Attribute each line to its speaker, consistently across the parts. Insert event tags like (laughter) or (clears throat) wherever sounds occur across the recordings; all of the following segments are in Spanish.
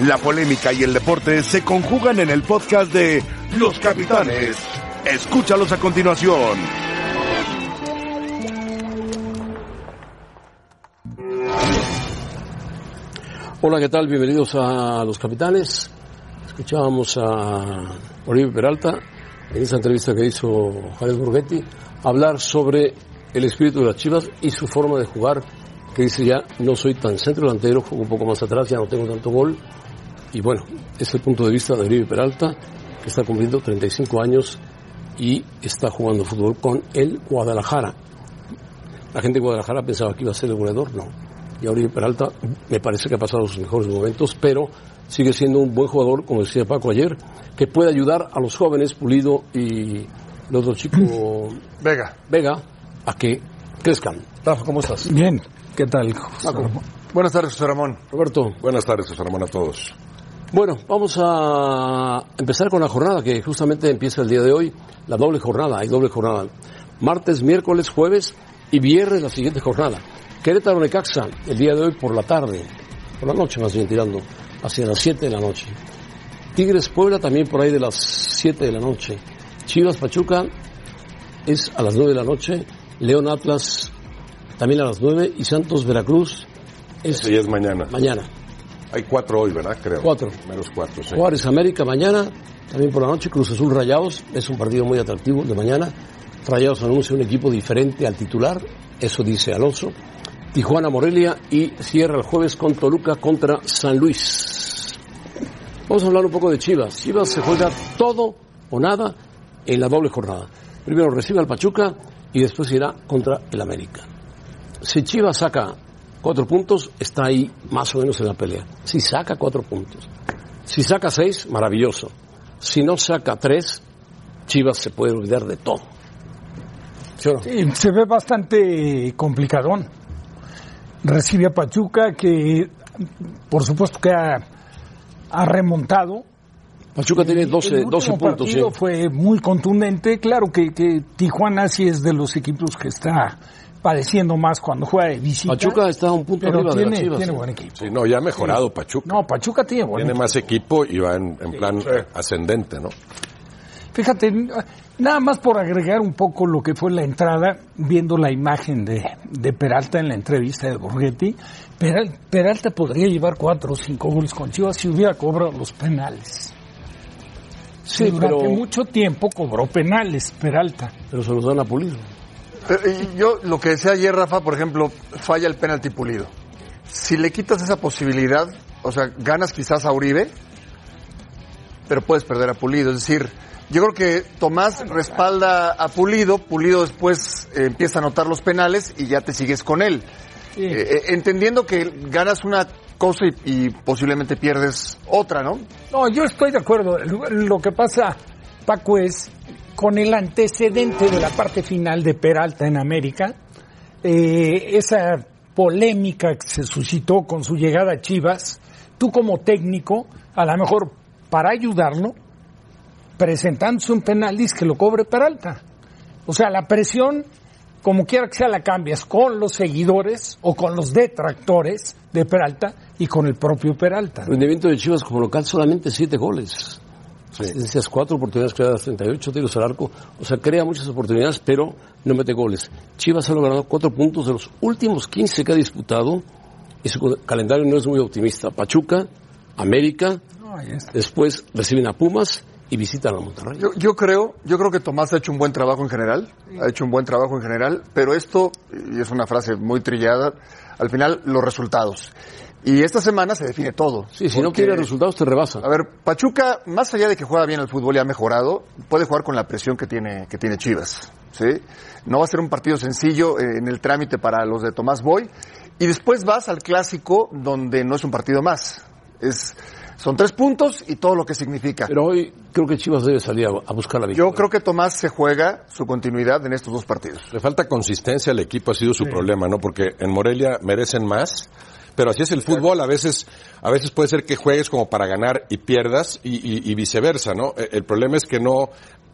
Speaker 1: La polémica y el deporte se conjugan en el podcast de Los Capitanes. Escúchalos a continuación.
Speaker 2: Hola, ¿qué tal? Bienvenidos a Los Capitanes. Escuchábamos a Oribe Peralta en esa entrevista que hizo Jared Burgetti hablar sobre el espíritu de las Chivas y su forma de jugar, que dice ya no soy tan centro delantero, juego un poco más atrás, ya no tengo tanto gol. Y bueno, es el punto de vista de Oribe Peralta, que está cumpliendo 35 años y está jugando fútbol con el Guadalajara. La gente de Guadalajara pensaba que iba a ser el goleador, no. Y Oribe Peralta me parece que ha pasado sus mejores momentos, pero sigue siendo un buen jugador, como decía Paco ayer, que puede ayudar a los jóvenes, Pulido y el otro chico
Speaker 3: Vega.
Speaker 2: Vega, a que crezcan. Rafa, ¿cómo estás?
Speaker 4: Bien, ¿qué tal?
Speaker 2: Paco.
Speaker 3: Buenas tardes, José Ramón.
Speaker 2: Roberto.
Speaker 5: Buenas tardes, José Ramón, a todos.
Speaker 2: Bueno, vamos a empezar con la jornada que justamente empieza el día de hoy, la doble jornada, hay doble jornada. Martes, miércoles, jueves y viernes la siguiente jornada. Querétaro Necaxa, el día de hoy por la tarde, por la noche más bien tirando, hacia las 7 de la noche. Tigres Puebla también por ahí de las 7 de la noche. Chivas Pachuca es a las 9 de la noche. León Atlas también a las 9 y Santos Veracruz es
Speaker 5: Sí, es mañana.
Speaker 2: mañana.
Speaker 5: Hay cuatro hoy, ¿verdad? Creo.
Speaker 2: Cuatro.
Speaker 5: Menos cuatro, sí.
Speaker 2: Juárez América mañana, también por la noche Cruz Azul Rayados, es un partido muy atractivo de mañana. Rayados anuncia un equipo diferente al titular, eso dice Alonso. Tijuana Morelia y cierra el jueves con Toluca contra San Luis. Vamos a hablar un poco de Chivas. Chivas se juega todo o nada en la doble jornada. Primero recibe al Pachuca y después irá contra el América. Si Chivas saca cuatro puntos, está ahí más o menos en la pelea. Si saca cuatro puntos. Si saca seis, maravilloso. Si no saca tres, Chivas se puede olvidar de todo. ¿Sí o no?
Speaker 4: Sí, se ve bastante complicadón. Recibe a Pachuca, que por supuesto que ha, ha remontado.
Speaker 2: Pachuca tiene 12,
Speaker 4: El
Speaker 2: 12
Speaker 4: último
Speaker 2: puntos. sí.
Speaker 4: partido fue muy contundente. Claro que, que Tijuana sí es de los equipos que está padeciendo más cuando juega de visita.
Speaker 2: Pachuca está un punto
Speaker 4: pero
Speaker 2: arriba de
Speaker 4: tiene,
Speaker 2: las Chivas. ¿eh?
Speaker 4: tiene buen equipo.
Speaker 5: Sí, no, ya ha mejorado Pachuca.
Speaker 4: No, Pachuca tiene buen
Speaker 5: Tiene
Speaker 4: equipo.
Speaker 5: más equipo y va en, en plan ascendente, ¿no?
Speaker 4: Fíjate, nada más por agregar un poco lo que fue la entrada, viendo la imagen de, de Peralta en la entrevista de Borghetti, Peral- Peralta podría llevar cuatro o cinco goles con Chivas si hubiera cobrado los penales.
Speaker 2: Sí,
Speaker 4: Durante
Speaker 2: pero,
Speaker 4: mucho tiempo cobró penales Peralta.
Speaker 2: pero se los dan a Pulido.
Speaker 3: Pero, y yo lo que decía ayer, Rafa, por ejemplo, falla el penalti pulido. Si le quitas esa posibilidad, o sea, ganas quizás a Uribe, pero puedes perder a Pulido. Es decir, yo creo que Tomás respalda a Pulido, Pulido después eh, empieza a anotar los penales y ya te sigues con él. Eh, eh, entendiendo que ganas una cosa y, y posiblemente pierdes otra, ¿no?
Speaker 4: No, yo estoy de acuerdo. Lo- Lo que pasa, Paco, es con el antecedente de la parte final de Peralta en América, eh, esa polémica que se suscitó con su llegada a Chivas, tú como técnico, a lo mejor para ayudarlo, presentándose un penal, dices que lo cobre Peralta. O sea, la presión, como quiera que sea, la cambias con los seguidores o con los detractores de Peralta y con el propio Peralta.
Speaker 2: El rendimiento de Chivas como local solamente 7 goles. Asistencias 4, oportunidades creadas 38, tiros al arco. O sea, crea muchas oportunidades, pero no mete goles. Chivas ha logrado 4 puntos de los últimos 15 que ha disputado y su calendario no es muy optimista. Pachuca, América,
Speaker 4: No, ahí está.
Speaker 2: después reciben a Pumas y visitan a Monterrey.
Speaker 3: Yo, yo creo, yo creo que Tomás ha hecho un buen trabajo en general, ha hecho un buen trabajo en general, pero esto, y es una frase muy trillada, al final los resultados. Y esta semana se define todo.
Speaker 2: Sí, si no
Speaker 3: porque-
Speaker 2: quiere resultados te rebasa.
Speaker 3: A ver, Pachuca, más allá de que juega bien al fútbol y ha mejorado, puede jugar con la presión que tiene, que tiene Chivas. ¿sí? No va a ser un partido sencillo eh, en el trámite para los de Tomás Boy. Y después vas al clásico donde no es un partido más. Es, son tres puntos y todo lo que significa.
Speaker 2: Pero hoy creo que Chivas debe salir a, a buscar la victoria.
Speaker 3: Yo creo que Tomás se juega su continuidad en estos dos partidos.
Speaker 5: Le falta consistencia al equipo, ha sido su problema, ¿no? Porque en Morelia merecen más, pero así es el fútbol, a veces, a veces puede ser que juegues como para ganar y pierdas y, y- y viceversa, ¿no? E- El problema es que no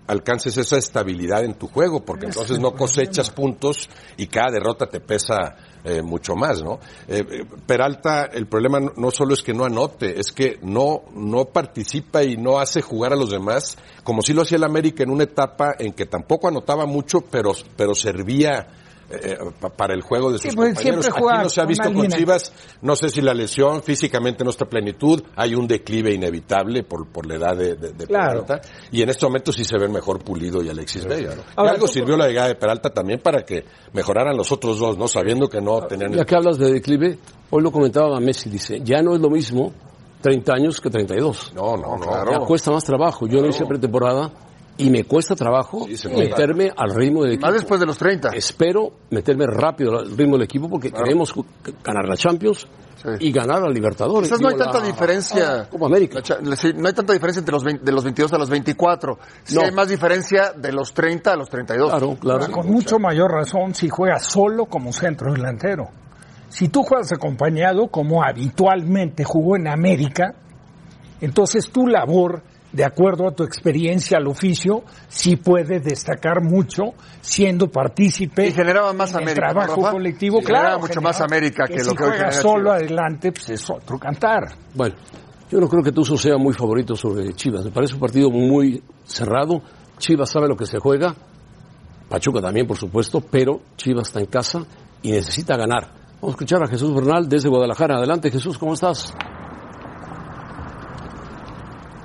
Speaker 5: alcances esa estabilidad en tu juego, porque entonces no cosechas puntos y cada derrota te pesa eh, mucho más, ¿no? Eh, eh, Peralta, el problema no- no solo es que no anote, es que no, no participa y no hace jugar a los demás, como sí lo hacía el América en una etapa en que tampoco anotaba mucho, pero, pero servía eh, pa- para el juego de sus
Speaker 4: Sí, pues,
Speaker 5: compañeros.
Speaker 4: siempre
Speaker 5: Aquí
Speaker 4: juega
Speaker 5: no se ha
Speaker 4: con
Speaker 5: visto con
Speaker 4: alguien.
Speaker 5: Chivas, no sé si la lesión físicamente no está a plenitud, hay un declive inevitable por, por la edad de, de- de
Speaker 4: Claro.
Speaker 5: Peralta, y en este momento sí se ven mejor Pulido y Alexis Vega, ¿no? Y
Speaker 4: Ahora,
Speaker 5: algo
Speaker 4: tú-
Speaker 5: sirvió la llegada de Peralta también para que mejoraran los otros dos, ¿no? Sabiendo que no tenían...
Speaker 2: Ya que hablas de declive, hoy lo comentaba Messi, dice, ya no es lo mismo 30 años que 32.
Speaker 5: No, no, no.
Speaker 2: Ya cuesta más trabajo. Yo lo hice pretemporada y me cuesta trabajo
Speaker 5: Sí, se nota.
Speaker 2: meterme al ritmo del equipo.
Speaker 3: Más después de los 30.
Speaker 2: Espero meterme rápido al ritmo del equipo porque queremos ju- ganar la Champions
Speaker 3: Sí.
Speaker 2: y ganar a Libertadores.
Speaker 3: Quizás no hay
Speaker 2: Digo,
Speaker 3: tanta
Speaker 2: la-
Speaker 3: diferencia.
Speaker 2: Copa Ah, América.
Speaker 3: La cha- la- sí, no hay tanta diferencia entre los 20 de los 22 a los 24. Sí
Speaker 2: No.
Speaker 3: hay más diferencia de los 30 a los 32.
Speaker 2: Claro, claro.
Speaker 4: Con mucho mayor razón si juegas solo como centro delantero. Si tú juegas acompañado, como habitualmente jugó en América, entonces tu labor, de acuerdo a tu experiencia al oficio, sí puede destacar mucho siendo partícipe.
Speaker 3: Y generaba más
Speaker 4: en el
Speaker 3: América, ¿no,
Speaker 4: trabajo
Speaker 3: Rafa?
Speaker 4: colectivo,
Speaker 3: Sí,
Speaker 4: claro.
Speaker 3: generaba mucho más América que lo
Speaker 4: si
Speaker 3: que hoy
Speaker 4: juegas
Speaker 3: genera
Speaker 4: solo
Speaker 3: Chivas.
Speaker 4: adelante, pues es otro cantar.
Speaker 2: Bueno, yo no creo que Tuzo sea muy favorito sobre Chivas. Me parece un partido muy cerrado. Chivas sabe lo que se juega. Pachuca también, por supuesto, pero Chivas está en casa y necesita ganar. Vamos a escuchar a Jesús Bernal desde Guadalajara. Adelante, Jesús, ¿cómo estás?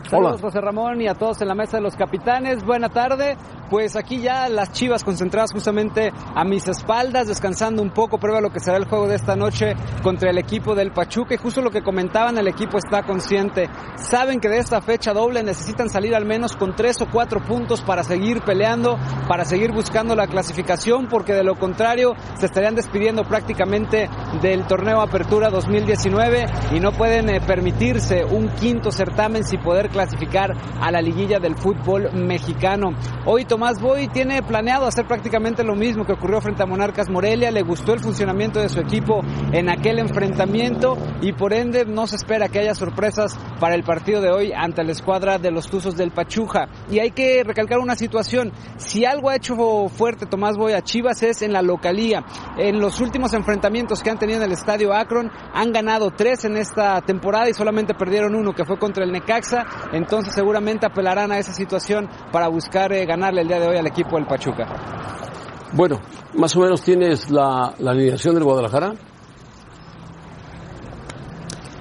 Speaker 6: Saludos José Ramón y a todos en la mesa de los capitanes. Buena tarde. Pues aquí ya las chivas concentradas justamente a mis espaldas, descansando un poco, prueba lo que será el juego de esta noche contra el equipo del Pachuca. Y justo lo que comentaban, el equipo está consciente. Saben que de esta fecha doble necesitan salir al menos con tres o cuatro puntos para seguir peleando, para seguir buscando la clasificación, porque de lo contrario se estarían despidiendo prácticamente del torneo Apertura 2019 y no pueden eh, permitirse un quinto certamen sin poder clasificar a la liguilla del fútbol mexicano. Hoy Tomás Boy tiene planeado hacer prácticamente lo mismo que ocurrió frente a Monarcas Morelia, le gustó el funcionamiento de su equipo en aquel enfrentamiento y por ende no se espera que haya sorpresas para el partido de hoy ante la escuadra de los Tuzos del Pachuca. Y hay que recalcar una situación, si algo ha hecho fuerte Tomás Boy a Chivas es en la localía. En los últimos enfrentamientos que han tenido en el estadio Akron han ganado tres en esta temporada y solamente perdieron uno que fue contra el Necaxa. Entonces seguramente apelarán a esa situación para buscar eh, ganarle el día de hoy al equipo del Pachuca.
Speaker 2: Bueno, más o menos tienes la, la alineación del Guadalajara.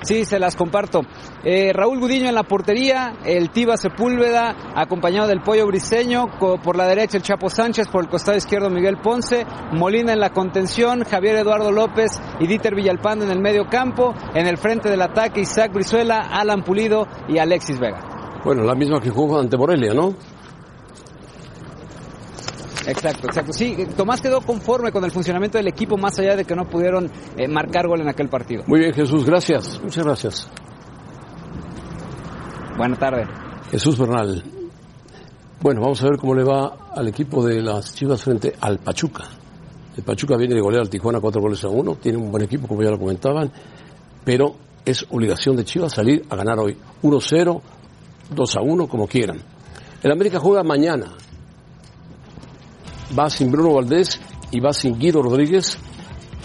Speaker 6: Sí, se las comparto. Eh, Raúl Gudiño en la portería, el Tiba Sepúlveda, acompañado del Pollo Briseño, co- por la derecha el Chapo Sánchez, por el costado izquierdo Miguel Ponce, Molina en la contención, Javier Eduardo López y Dieter Villalpando en el medio campo, en el frente del ataque Isaac Brizuela, Alan Pulido y Alexis Vega.
Speaker 2: Bueno, la misma que jugó ante Morelia, ¿no?
Speaker 6: Exacto, exacto. Sí, eh, Tomás quedó conforme con el funcionamiento del equipo, más allá de que no pudieron eh, marcar gol en aquel partido.
Speaker 2: Muy bien, Jesús, gracias. Muchas gracias.
Speaker 6: Buena tarde.
Speaker 2: Jesús Bernal. Bueno, vamos a ver cómo le va al equipo de las Chivas frente al Pachuca. El Pachuca viene de golear al Tijuana cuatro goles a uno, tiene un buen equipo, como ya lo comentaban, pero es obligación de Chivas salir a ganar hoy. 1-0, 2-1, como quieran. El América juega mañana. Va sin Bruno Valdés y va sin Guido Rodríguez,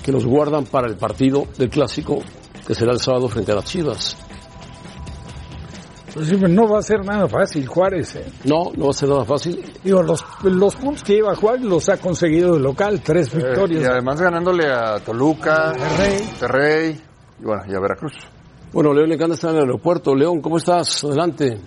Speaker 2: que los guardan para el partido del clásico, que será el sábado frente a las Chivas.
Speaker 4: Pues sí, pues, no va a ser nada fácil Juárez. ¿eh?
Speaker 2: No, no va a ser nada fácil.
Speaker 4: Digo, los, los puntos que lleva Juárez los ha conseguido de local, tres
Speaker 3: Eh,
Speaker 4: victorias.
Speaker 3: y además ganándole a
Speaker 2: Ah.
Speaker 3: Toluca,
Speaker 4: Monterrey.
Speaker 3: Monterrey y bueno, y a Veracruz.
Speaker 2: Bueno, León le encanta estar en el aeropuerto. León, ¿cómo estás? Adelante.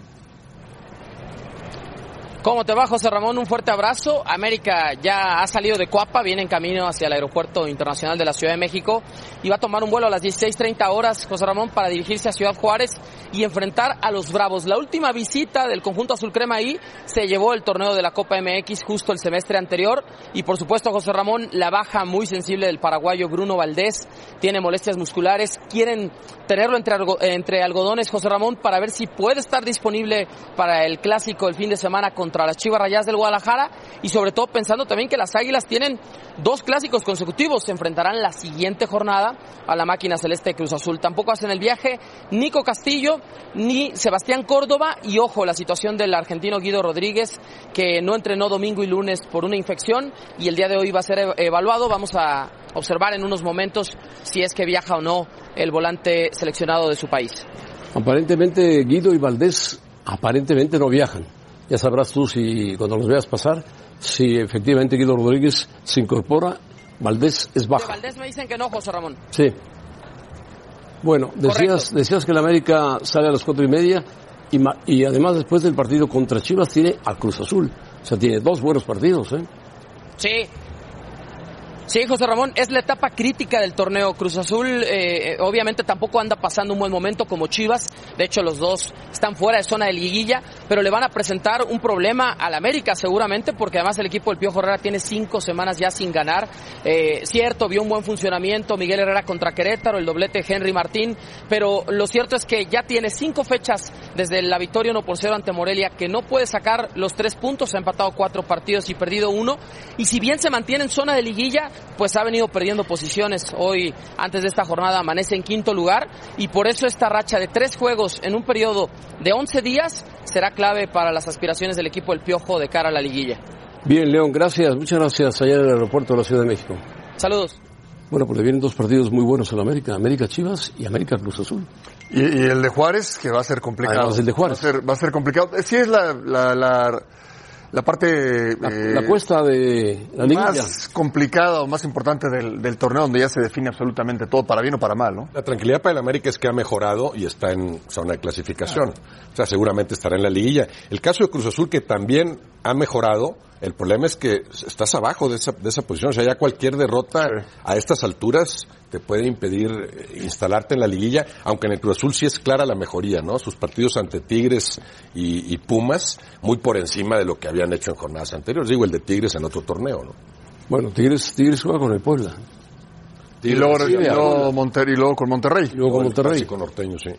Speaker 7: ¿Cómo te va, José Ramón? Un fuerte abrazo. América ya ha salido de Coapa, viene en camino hacia el Aeropuerto Internacional de la Ciudad de México y va a tomar un vuelo a las 16.30 horas, José Ramón, para dirigirse a Ciudad Juárez y enfrentar a los Bravos. La última visita del conjunto azul crema ahí se llevó el torneo de la Copa MX justo el semestre anterior y, por supuesto, José Ramón, la baja muy sensible del paraguayo Bruno Valdés, tiene molestias musculares, quieren tenerlo entre, algo- entre algodones, José Ramón, para ver si puede estar disponible para el clásico el fin de semana contra contra las Chivas Rayadas del Guadalajara y sobre todo pensando también que las Águilas tienen dos clásicos consecutivos, se enfrentarán la siguiente jornada a la máquina celeste de Cruz Azul. Tampoco hacen el viaje Nico Castillo ni Sebastián Córdoba y ojo la situación del argentino Guido Rodríguez que no entrenó domingo y lunes por una infección y el día de hoy va a ser e-, evaluado. Vamos a observar en unos momentos si es que viaja o no el volante seleccionado de su país.
Speaker 2: Aparentemente Guido y Valdés aparentemente no viajan. Ya sabrás tú si cuando los veas pasar, si efectivamente Guido Rodríguez se incorpora, Valdés es
Speaker 7: De
Speaker 2: baja.
Speaker 7: Valdés me dicen que no, José Ramón.
Speaker 2: Sí. Bueno, decías, decías que el América sale a las cuatro y media y, ma- y además después del partido contra Chivas tiene al Cruz Azul. O sea, tiene dos buenos partidos, ¿eh?
Speaker 7: Sí. Sí, José Ramón, es la etapa crítica del torneo. Cruz Azul eh, obviamente tampoco anda pasando un buen momento como Chivas. De hecho, los dos están fuera de zona de liguilla, pero le van a presentar un problema al América seguramente, porque además el equipo del Piojo Herrera tiene cinco semanas ya sin ganar. Eh, cierto, vio un buen funcionamiento Miguel Herrera contra Querétaro, el doblete de Henry Martín, pero lo cierto es que ya tiene cinco fechas desde la victoria 1 por 0 ante Morelia, que no puede sacar los tres puntos, ha empatado cuatro partidos y perdido uno. Y si bien se mantiene en zona de liguilla, pues ha venido perdiendo posiciones. Hoy, antes de esta jornada, amanece en quinto lugar y por eso esta racha de tres juegos en un periodo de 11 días será clave para las aspiraciones del equipo del Piojo de cara a la liguilla.
Speaker 2: Bien, León, gracias. Muchas gracias allá en el aeropuerto de la Ciudad de México.
Speaker 7: Saludos.
Speaker 2: Bueno, pues le vienen dos partidos muy buenos al América. América Chivas y América Cruz Azul.
Speaker 3: Y, y el de Juárez, que va a ser complicado.
Speaker 2: Además, el de Juárez.
Speaker 3: Va a ser, va a ser complicado. Eh, Sí es la, la, la, la parte...
Speaker 2: La,
Speaker 3: eh,
Speaker 2: la cuesta de la liguilla.
Speaker 3: más complicada o más importante del, del torneo, donde ya se define absolutamente todo, para bien o para mal, ¿no?
Speaker 5: La tranquilidad para el América es que ha mejorado y está en zona de clasificación. O sea, seguramente estará en la liguilla. El caso de Cruz Azul, que también ha mejorado, el problema es que estás abajo de esa, de esa posición. O sea, ya cualquier derrota a estas alturas te puede impedir eh, instalarte en la liguilla, aunque en el Cruz Azul sí es clara la mejoría, ¿no? Sus partidos ante Tigres y, y Pumas, muy por encima de lo que habían hecho en jornadas anteriores. Digo, el de Tigres en otro torneo, ¿no?
Speaker 2: Bueno, Tigres, Tigres juega con el Puebla.
Speaker 3: Y luego,
Speaker 2: sí,
Speaker 3: y luego
Speaker 2: alguna.
Speaker 3: Monter- y luego con Monterrey.
Speaker 2: Y luego con
Speaker 5: El
Speaker 2: Monterrey.
Speaker 5: clásico norteño, sí.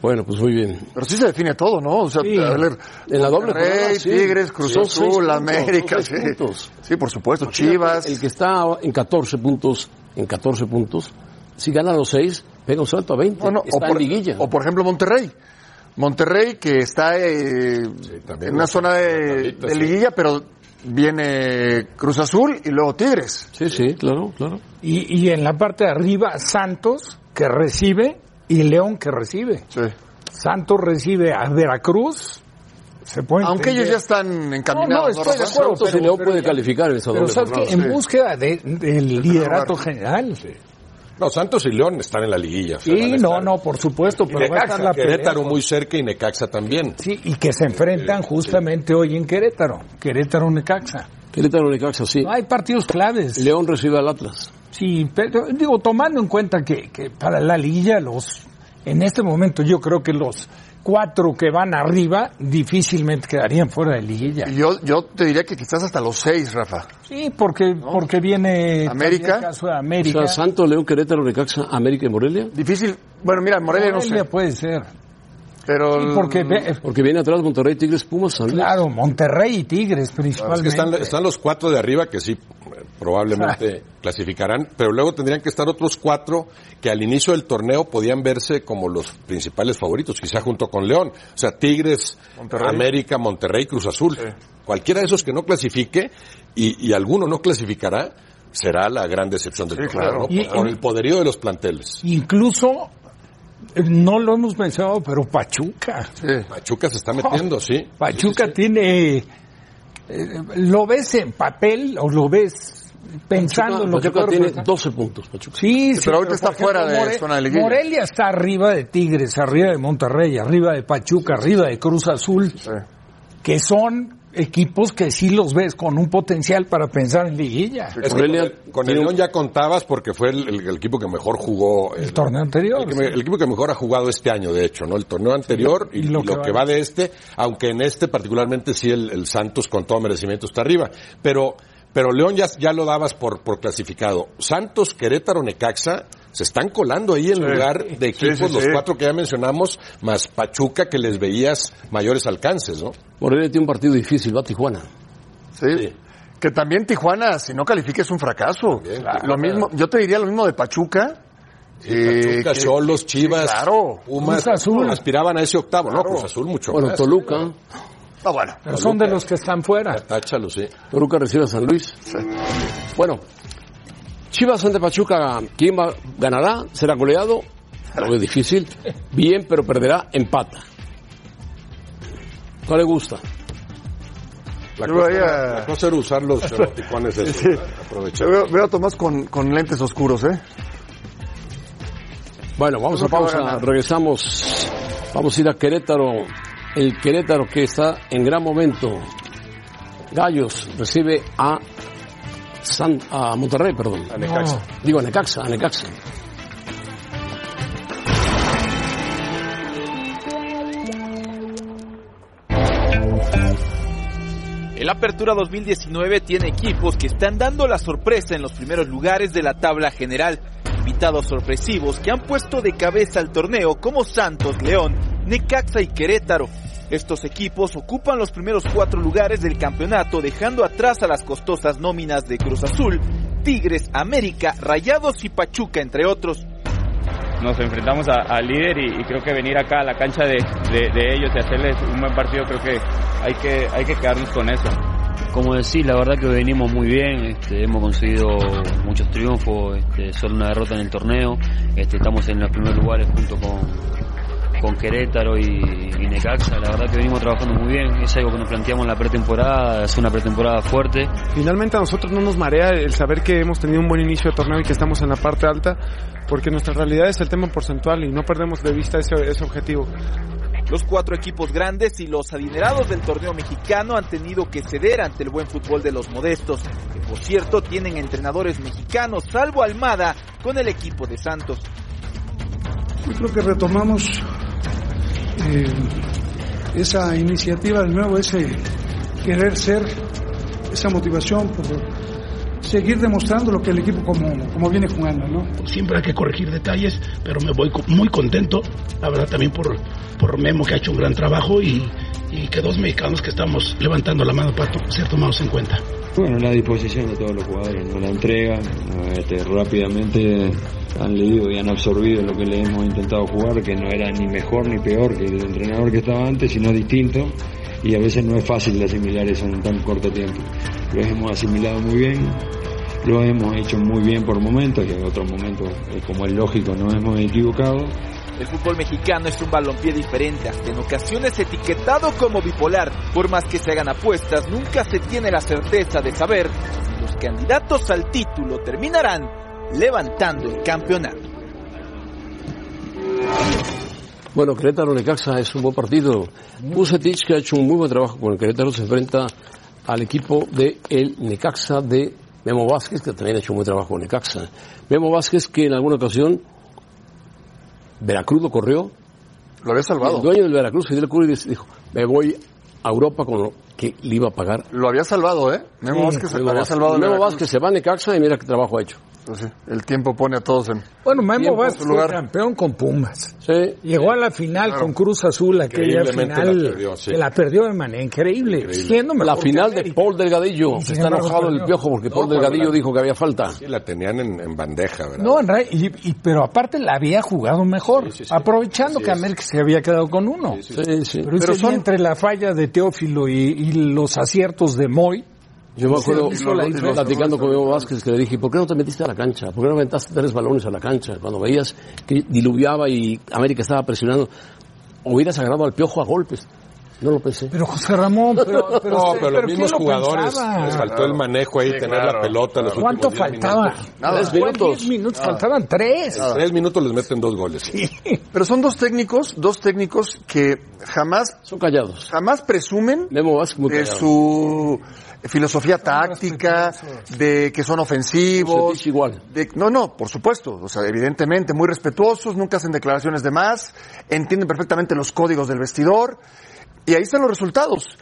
Speaker 2: Bueno, pues muy bien.
Speaker 3: Pero sí se define todo, ¿no? O sea,
Speaker 4: Sí.
Speaker 3: a ver,
Speaker 2: En la doble
Speaker 3: Monterrey,
Speaker 2: jornada, sí.
Speaker 3: Tigres, Cruz
Speaker 2: Son seis
Speaker 3: Azul,
Speaker 2: puntos,
Speaker 3: América,
Speaker 2: son
Speaker 3: sí.
Speaker 2: seis puntos.
Speaker 3: Sí, por supuesto, Chivas.
Speaker 2: El que está en 14 puntos, en 14 puntos, si gana los 6, pega un salto a 20.
Speaker 3: Bueno,
Speaker 2: está
Speaker 3: o, por,
Speaker 2: en liguilla.
Speaker 3: o por ejemplo Monterrey. Monterrey que está eh,
Speaker 5: también
Speaker 3: en una
Speaker 5: es
Speaker 3: zona
Speaker 5: una
Speaker 3: de,
Speaker 5: tablita,
Speaker 3: de
Speaker 5: sí.
Speaker 3: liguilla, pero viene Cruz Azul y luego Tigres.
Speaker 2: Sí, sí, claro, claro.
Speaker 4: Y, y en la parte de arriba, Santos, que recibe, y León, que recibe. Santos recibe a Veracruz. Se puede
Speaker 3: Aunque ellos
Speaker 4: entender.
Speaker 3: ya están encaminados.
Speaker 4: No, no, estoy de
Speaker 3: Rafa?
Speaker 4: acuerdo,
Speaker 2: Santos
Speaker 4: pero-
Speaker 2: y León
Speaker 4: pero
Speaker 2: puede
Speaker 4: ya-
Speaker 2: calificar en esa
Speaker 4: Pero
Speaker 2: doble
Speaker 4: sabes que
Speaker 2: jornada.
Speaker 4: en búsqueda de- del liderato
Speaker 3: lugar.
Speaker 4: general.
Speaker 5: No, Santos y León están en la liguilla. o sea, van
Speaker 4: Sí,
Speaker 5: a
Speaker 4: no,
Speaker 5: estar-
Speaker 4: no, por supuesto,
Speaker 5: Y
Speaker 4: pero va a estar
Speaker 5: Necaxa,
Speaker 4: la pelea.
Speaker 5: Querétaro muy cerca y Necaxa también.
Speaker 4: Sí, y que se enfrentan justamente hoy en Querétaro. Querétaro-Necaxa.
Speaker 2: Querétaro Necaxa, sí.
Speaker 4: No hay partidos claves.
Speaker 2: León recibe al Atlas.
Speaker 4: Sí, pero digo, tomando en cuenta que, que para la liguilla los, en este momento yo creo que los cuatro que van arriba difícilmente quedarían fuera de liguilla.
Speaker 3: Y Yo, yo te diría que quizás hasta los seis, Rafa.
Speaker 4: Sí, porque, porque viene
Speaker 3: América.
Speaker 4: también el caso de
Speaker 2: O
Speaker 4: América.
Speaker 2: sea, Santos, León, Querétaro, Necaxa, América y Morelia.
Speaker 3: Difícil. Bueno, mira, Morelia no
Speaker 4: Morelia
Speaker 3: sé.
Speaker 4: puede ser.
Speaker 3: Pero
Speaker 4: Sí, porque ve- eh,
Speaker 2: Porque viene atrás Monterrey, Tigres, Pumas, San Luis.
Speaker 4: claro, Monterrey y Tigres
Speaker 5: Es que
Speaker 4: principalmente.
Speaker 5: están, están los cuatro de arriba que sí eh, probablemente clasificarán, pero luego tendrían que estar otros cuatro que al inicio del torneo podían verse como los principales favoritos, quizá junto con León. O sea, Tigres, América, Monterrey, Cruz Azul. Cualquiera de esos que no clasifique y, y alguno no clasificará, será la gran decepción del
Speaker 3: claro.
Speaker 5: torneo, ¿no?
Speaker 4: Y-
Speaker 5: por el poderío de los planteles.
Speaker 4: Incluso, eh, no lo hemos mencionado, pero Pachuca.
Speaker 3: Sí. Oh.
Speaker 5: Pachuca se está metiendo, sí.
Speaker 4: Pachuca tiene. eh, lo ves en papel o lo ves pensando en lo
Speaker 2: Pachuca
Speaker 4: que puede
Speaker 2: tiene
Speaker 4: ofrecer.
Speaker 2: 12 puntos, Pachuca.
Speaker 4: Sí, sí,
Speaker 3: pero ahorita está
Speaker 4: por ejemplo,
Speaker 3: fuera de zona de liguilla.
Speaker 4: Morelia está arriba de Tigres, arriba de Monterrey, arriba de Pachuca, arriba de Cruz Azul, que son equipos que sí los ves con un potencial para pensar en liguilla.
Speaker 5: Es que
Speaker 2: Morelia
Speaker 5: con el- con el León ya contabas porque fue el, el- el equipo que mejor jugó eh,
Speaker 4: El torneo anterior.
Speaker 5: El, que me- el equipo que mejor ha jugado este año, de hecho, ¿no? El torneo anterior y, y lo, que, va de este, aunque en este particularmente sí el, el Santos con todo merecimiento está arriba. Pero, pero León ya, ya lo dabas por, por clasificado. Santos, Querétaro, Necaxa se están colando ahí en lugar de
Speaker 3: Sí, sí,
Speaker 5: equipos, los
Speaker 3: sí.
Speaker 5: cuatro que ya mencionamos, más Pachuca que les veías mayores alcances, ¿no?
Speaker 2: Morelia tiene un partido difícil, va a Tijuana.
Speaker 3: Sí. Que también Tijuana, si no califica, es un fracaso.
Speaker 5: También,
Speaker 3: Claro.
Speaker 5: Tijuana.
Speaker 3: lo mismo, yo te diría lo mismo de Pachuca. eh,
Speaker 5: Pachuca,
Speaker 3: que-
Speaker 5: Cholos, Chivas,
Speaker 3: sí, claro.
Speaker 5: Pumas,
Speaker 4: Cruz Azul.
Speaker 5: aspiraban a ese octavo, ¿no? Cruz Azul mucho
Speaker 2: Bueno,
Speaker 5: más.
Speaker 2: Toluca.
Speaker 3: Ah, bueno.
Speaker 4: Pero son de los que están fuera.
Speaker 5: Táchalo, sí.
Speaker 2: Toluca recibe a San Luis. Bueno, Chivas ante Pachuca, ¿quién va- ganará? ¿Será goleado? Lo veo difícil. Bien, pero perderá, empata. ¿Cuál le gusta?
Speaker 5: La
Speaker 3: Yo
Speaker 5: cosa,
Speaker 3: voy a-
Speaker 5: la cosa era
Speaker 4: (laughs)
Speaker 3: (laughs)
Speaker 5: usar los emoticones de
Speaker 3: Yo
Speaker 5: aprovechar.
Speaker 3: veo, veo a Tomás con, con lentes oscuros, ¿eh?
Speaker 2: Bueno, vamos a
Speaker 3: Creo que va a
Speaker 2: pausa,
Speaker 3: ganar.
Speaker 2: regresamos. Vamos a ir a Querétaro. El Querétaro que está en gran momento. Gallos recibe a, San- a Monterrey, perdón.
Speaker 5: A Necaxa.
Speaker 2: Digo, a Necaxa, a Necaxa.
Speaker 8: El Apertura 2019 tiene equipos que están dando la sorpresa en los primeros lugares de la tabla general. Invitados sorpresivos que han puesto de cabeza al torneo como Santos, León, Necaxa y Querétaro. Estos equipos ocupan los primeros cuatro lugares del campeonato dejando atrás a las costosas nóminas de Cruz Azul, Tigres, América, Rayados y Pachuca entre otros.
Speaker 9: nos enfrentamos a- al líder y, y creo que venir acá a la cancha de, de- de ellos y hacerles un buen partido, creo que hay que, hay que quedarnos con eso.
Speaker 10: Como decís, la verdad que venimos muy bien, este, hemos conseguido muchos triunfos, este, solo una derrota en el torneo, este, estamos en los primeros lugares junto con, con Querétaro y, y Necaxa, la verdad que venimos trabajando muy bien, es algo que nos planteamos en la pretemporada, es una pretemporada fuerte,
Speaker 11: Finalmente a nosotros no nos marea el saber que hemos tenido un buen inicio de torneo y que estamos en la parte alta, porque nuestra realidad es el tema porcentual y no perdemos de vista ese, ese objetivo.
Speaker 8: Los cuatro equipos grandes y los adinerados del torneo mexicano han tenido que ceder ante el buen fútbol de los modestos, que por cierto tienen entrenadores mexicanos, salvo Almada, con el equipo de Santos.
Speaker 11: Yo creo que retomamos eh, esa iniciativa de nuevo, ese querer ser, esa motivación por seguir demostrando lo que el equipo como, como viene jugando, ¿no?
Speaker 10: siempre hay que corregir detalles, pero me voy co- muy contento, la verdad también por, por Memo que ha hecho un gran trabajo y, y que dos mexicanos que estamos levantando la mano para to- ser tomados en cuenta.
Speaker 9: Bueno, la disposición de todos los jugadores, la entrega, rápidamente han leído y han absorbido lo que le hemos intentado jugar, que no era ni mejor ni peor que el entrenador que estaba antes, sino distinto, y a veces no es fácil de asimilar eso en tan corto tiempo. Los hemos asimilado muy bien, lo hemos hecho muy bien por momentos, y en otros momentos, eh, como es lógico, nos hemos equivocado,
Speaker 8: El fútbol mexicano es un balompié diferente, hasta en ocasiones etiquetado como bipolar. Por más que se hagan apuestas, nunca se tiene la certeza de saber si los candidatos al título terminarán levantando el campeonato.
Speaker 2: Bueno, Querétaro Necaxa es un buen partido. Bucetich, que ha hecho un muy buen trabajo con el Querétaro, se enfrenta al equipo de el Necaxa de Memo Vázquez, que también ha hecho un buen trabajo con Necaxa. Memo Vázquez, que en alguna ocasión Veracruz lo corrió.
Speaker 3: Lo había
Speaker 2: y El
Speaker 3: salvado.
Speaker 2: dueño del Veracruz, Fidel Curi, dijo, me voy a Europa con lo que le iba a pagar.
Speaker 3: Lo había salvado, ¿eh? Memo Vázquez lo
Speaker 2: Memo
Speaker 3: había
Speaker 2: Vázquez.
Speaker 3: salvado. el
Speaker 2: Memo
Speaker 3: Veracruz.
Speaker 2: Vázquez se va a Necaxa y mira qué trabajo ha hecho.
Speaker 3: Pues sí, el tiempo pone a todos en...
Speaker 4: Bueno,
Speaker 2: Bien,
Speaker 4: Memo
Speaker 2: por
Speaker 4: Vázquez
Speaker 3: su
Speaker 4: fue
Speaker 3: lugar.
Speaker 4: campeón con Pumas.
Speaker 2: Sí,
Speaker 4: Llegó a la final con Cruz Azul, aquella
Speaker 5: Increíblemente
Speaker 4: final
Speaker 5: la perdió, sí.
Speaker 4: que la perdió de manera increíble, siendo mejor
Speaker 2: la
Speaker 4: que
Speaker 2: final de
Speaker 4: América.
Speaker 2: Paul Delgadillo.
Speaker 4: sin
Speaker 2: Está
Speaker 4: embargo,
Speaker 2: enojado el
Speaker 4: perdió.
Speaker 2: piojo porque Paul Delgadillo dijo que había falta.
Speaker 5: Sí, la tenían en, en bandeja, ¿verdad?
Speaker 4: No, en realidad, y, y- pero aparte la había jugado mejor, aprovechando que América se había quedado con uno.
Speaker 2: Sí, sí.
Speaker 4: Pero, ese día
Speaker 3: son-
Speaker 4: entre la falla de Teófilo y, y los aciertos de Moy,
Speaker 2: Yo me acuerdo
Speaker 4: hizo la
Speaker 2: y
Speaker 4: diferencia.
Speaker 2: platicando con Memo Vázquez que le dije, ¿por qué no te metiste a la cancha? ¿Por qué no aventaste tres balones a la cancha? Cuando veías que diluviaba y América estaba presionando, hubieras agarrado al piojo a golpes. No lo pensé.
Speaker 4: pero José Ramón, pero, pero,
Speaker 5: No, pero los
Speaker 4: ¿quién
Speaker 5: mismos
Speaker 4: lo
Speaker 5: jugadores
Speaker 4: pensaba?
Speaker 5: les faltó el manejo ahí, tener la pelota. Los
Speaker 4: Ah, ¿Cuánto
Speaker 5: últimos diez
Speaker 4: faltaba?
Speaker 5: minutos. Ah.
Speaker 2: Tres
Speaker 4: Faltaban
Speaker 2: minutos.
Speaker 4: diez minutos, faltaban tres.
Speaker 5: En Tres minutos les meten dos goles.
Speaker 3: Pero son dos técnicos, dos técnicos que jamás,
Speaker 2: Son callados.
Speaker 3: jamás presumen
Speaker 2: Memo Vázquez muy
Speaker 3: de
Speaker 2: callado.
Speaker 3: su filosofía táctica, de que son ofensivos.
Speaker 2: Bucetich igual.
Speaker 3: de- no, no, por supuesto. O sea, evidentemente, muy respetuosos, nunca hacen declaraciones de más, entienden perfectamente los códigos del vestidor. Y ahí están los resultados.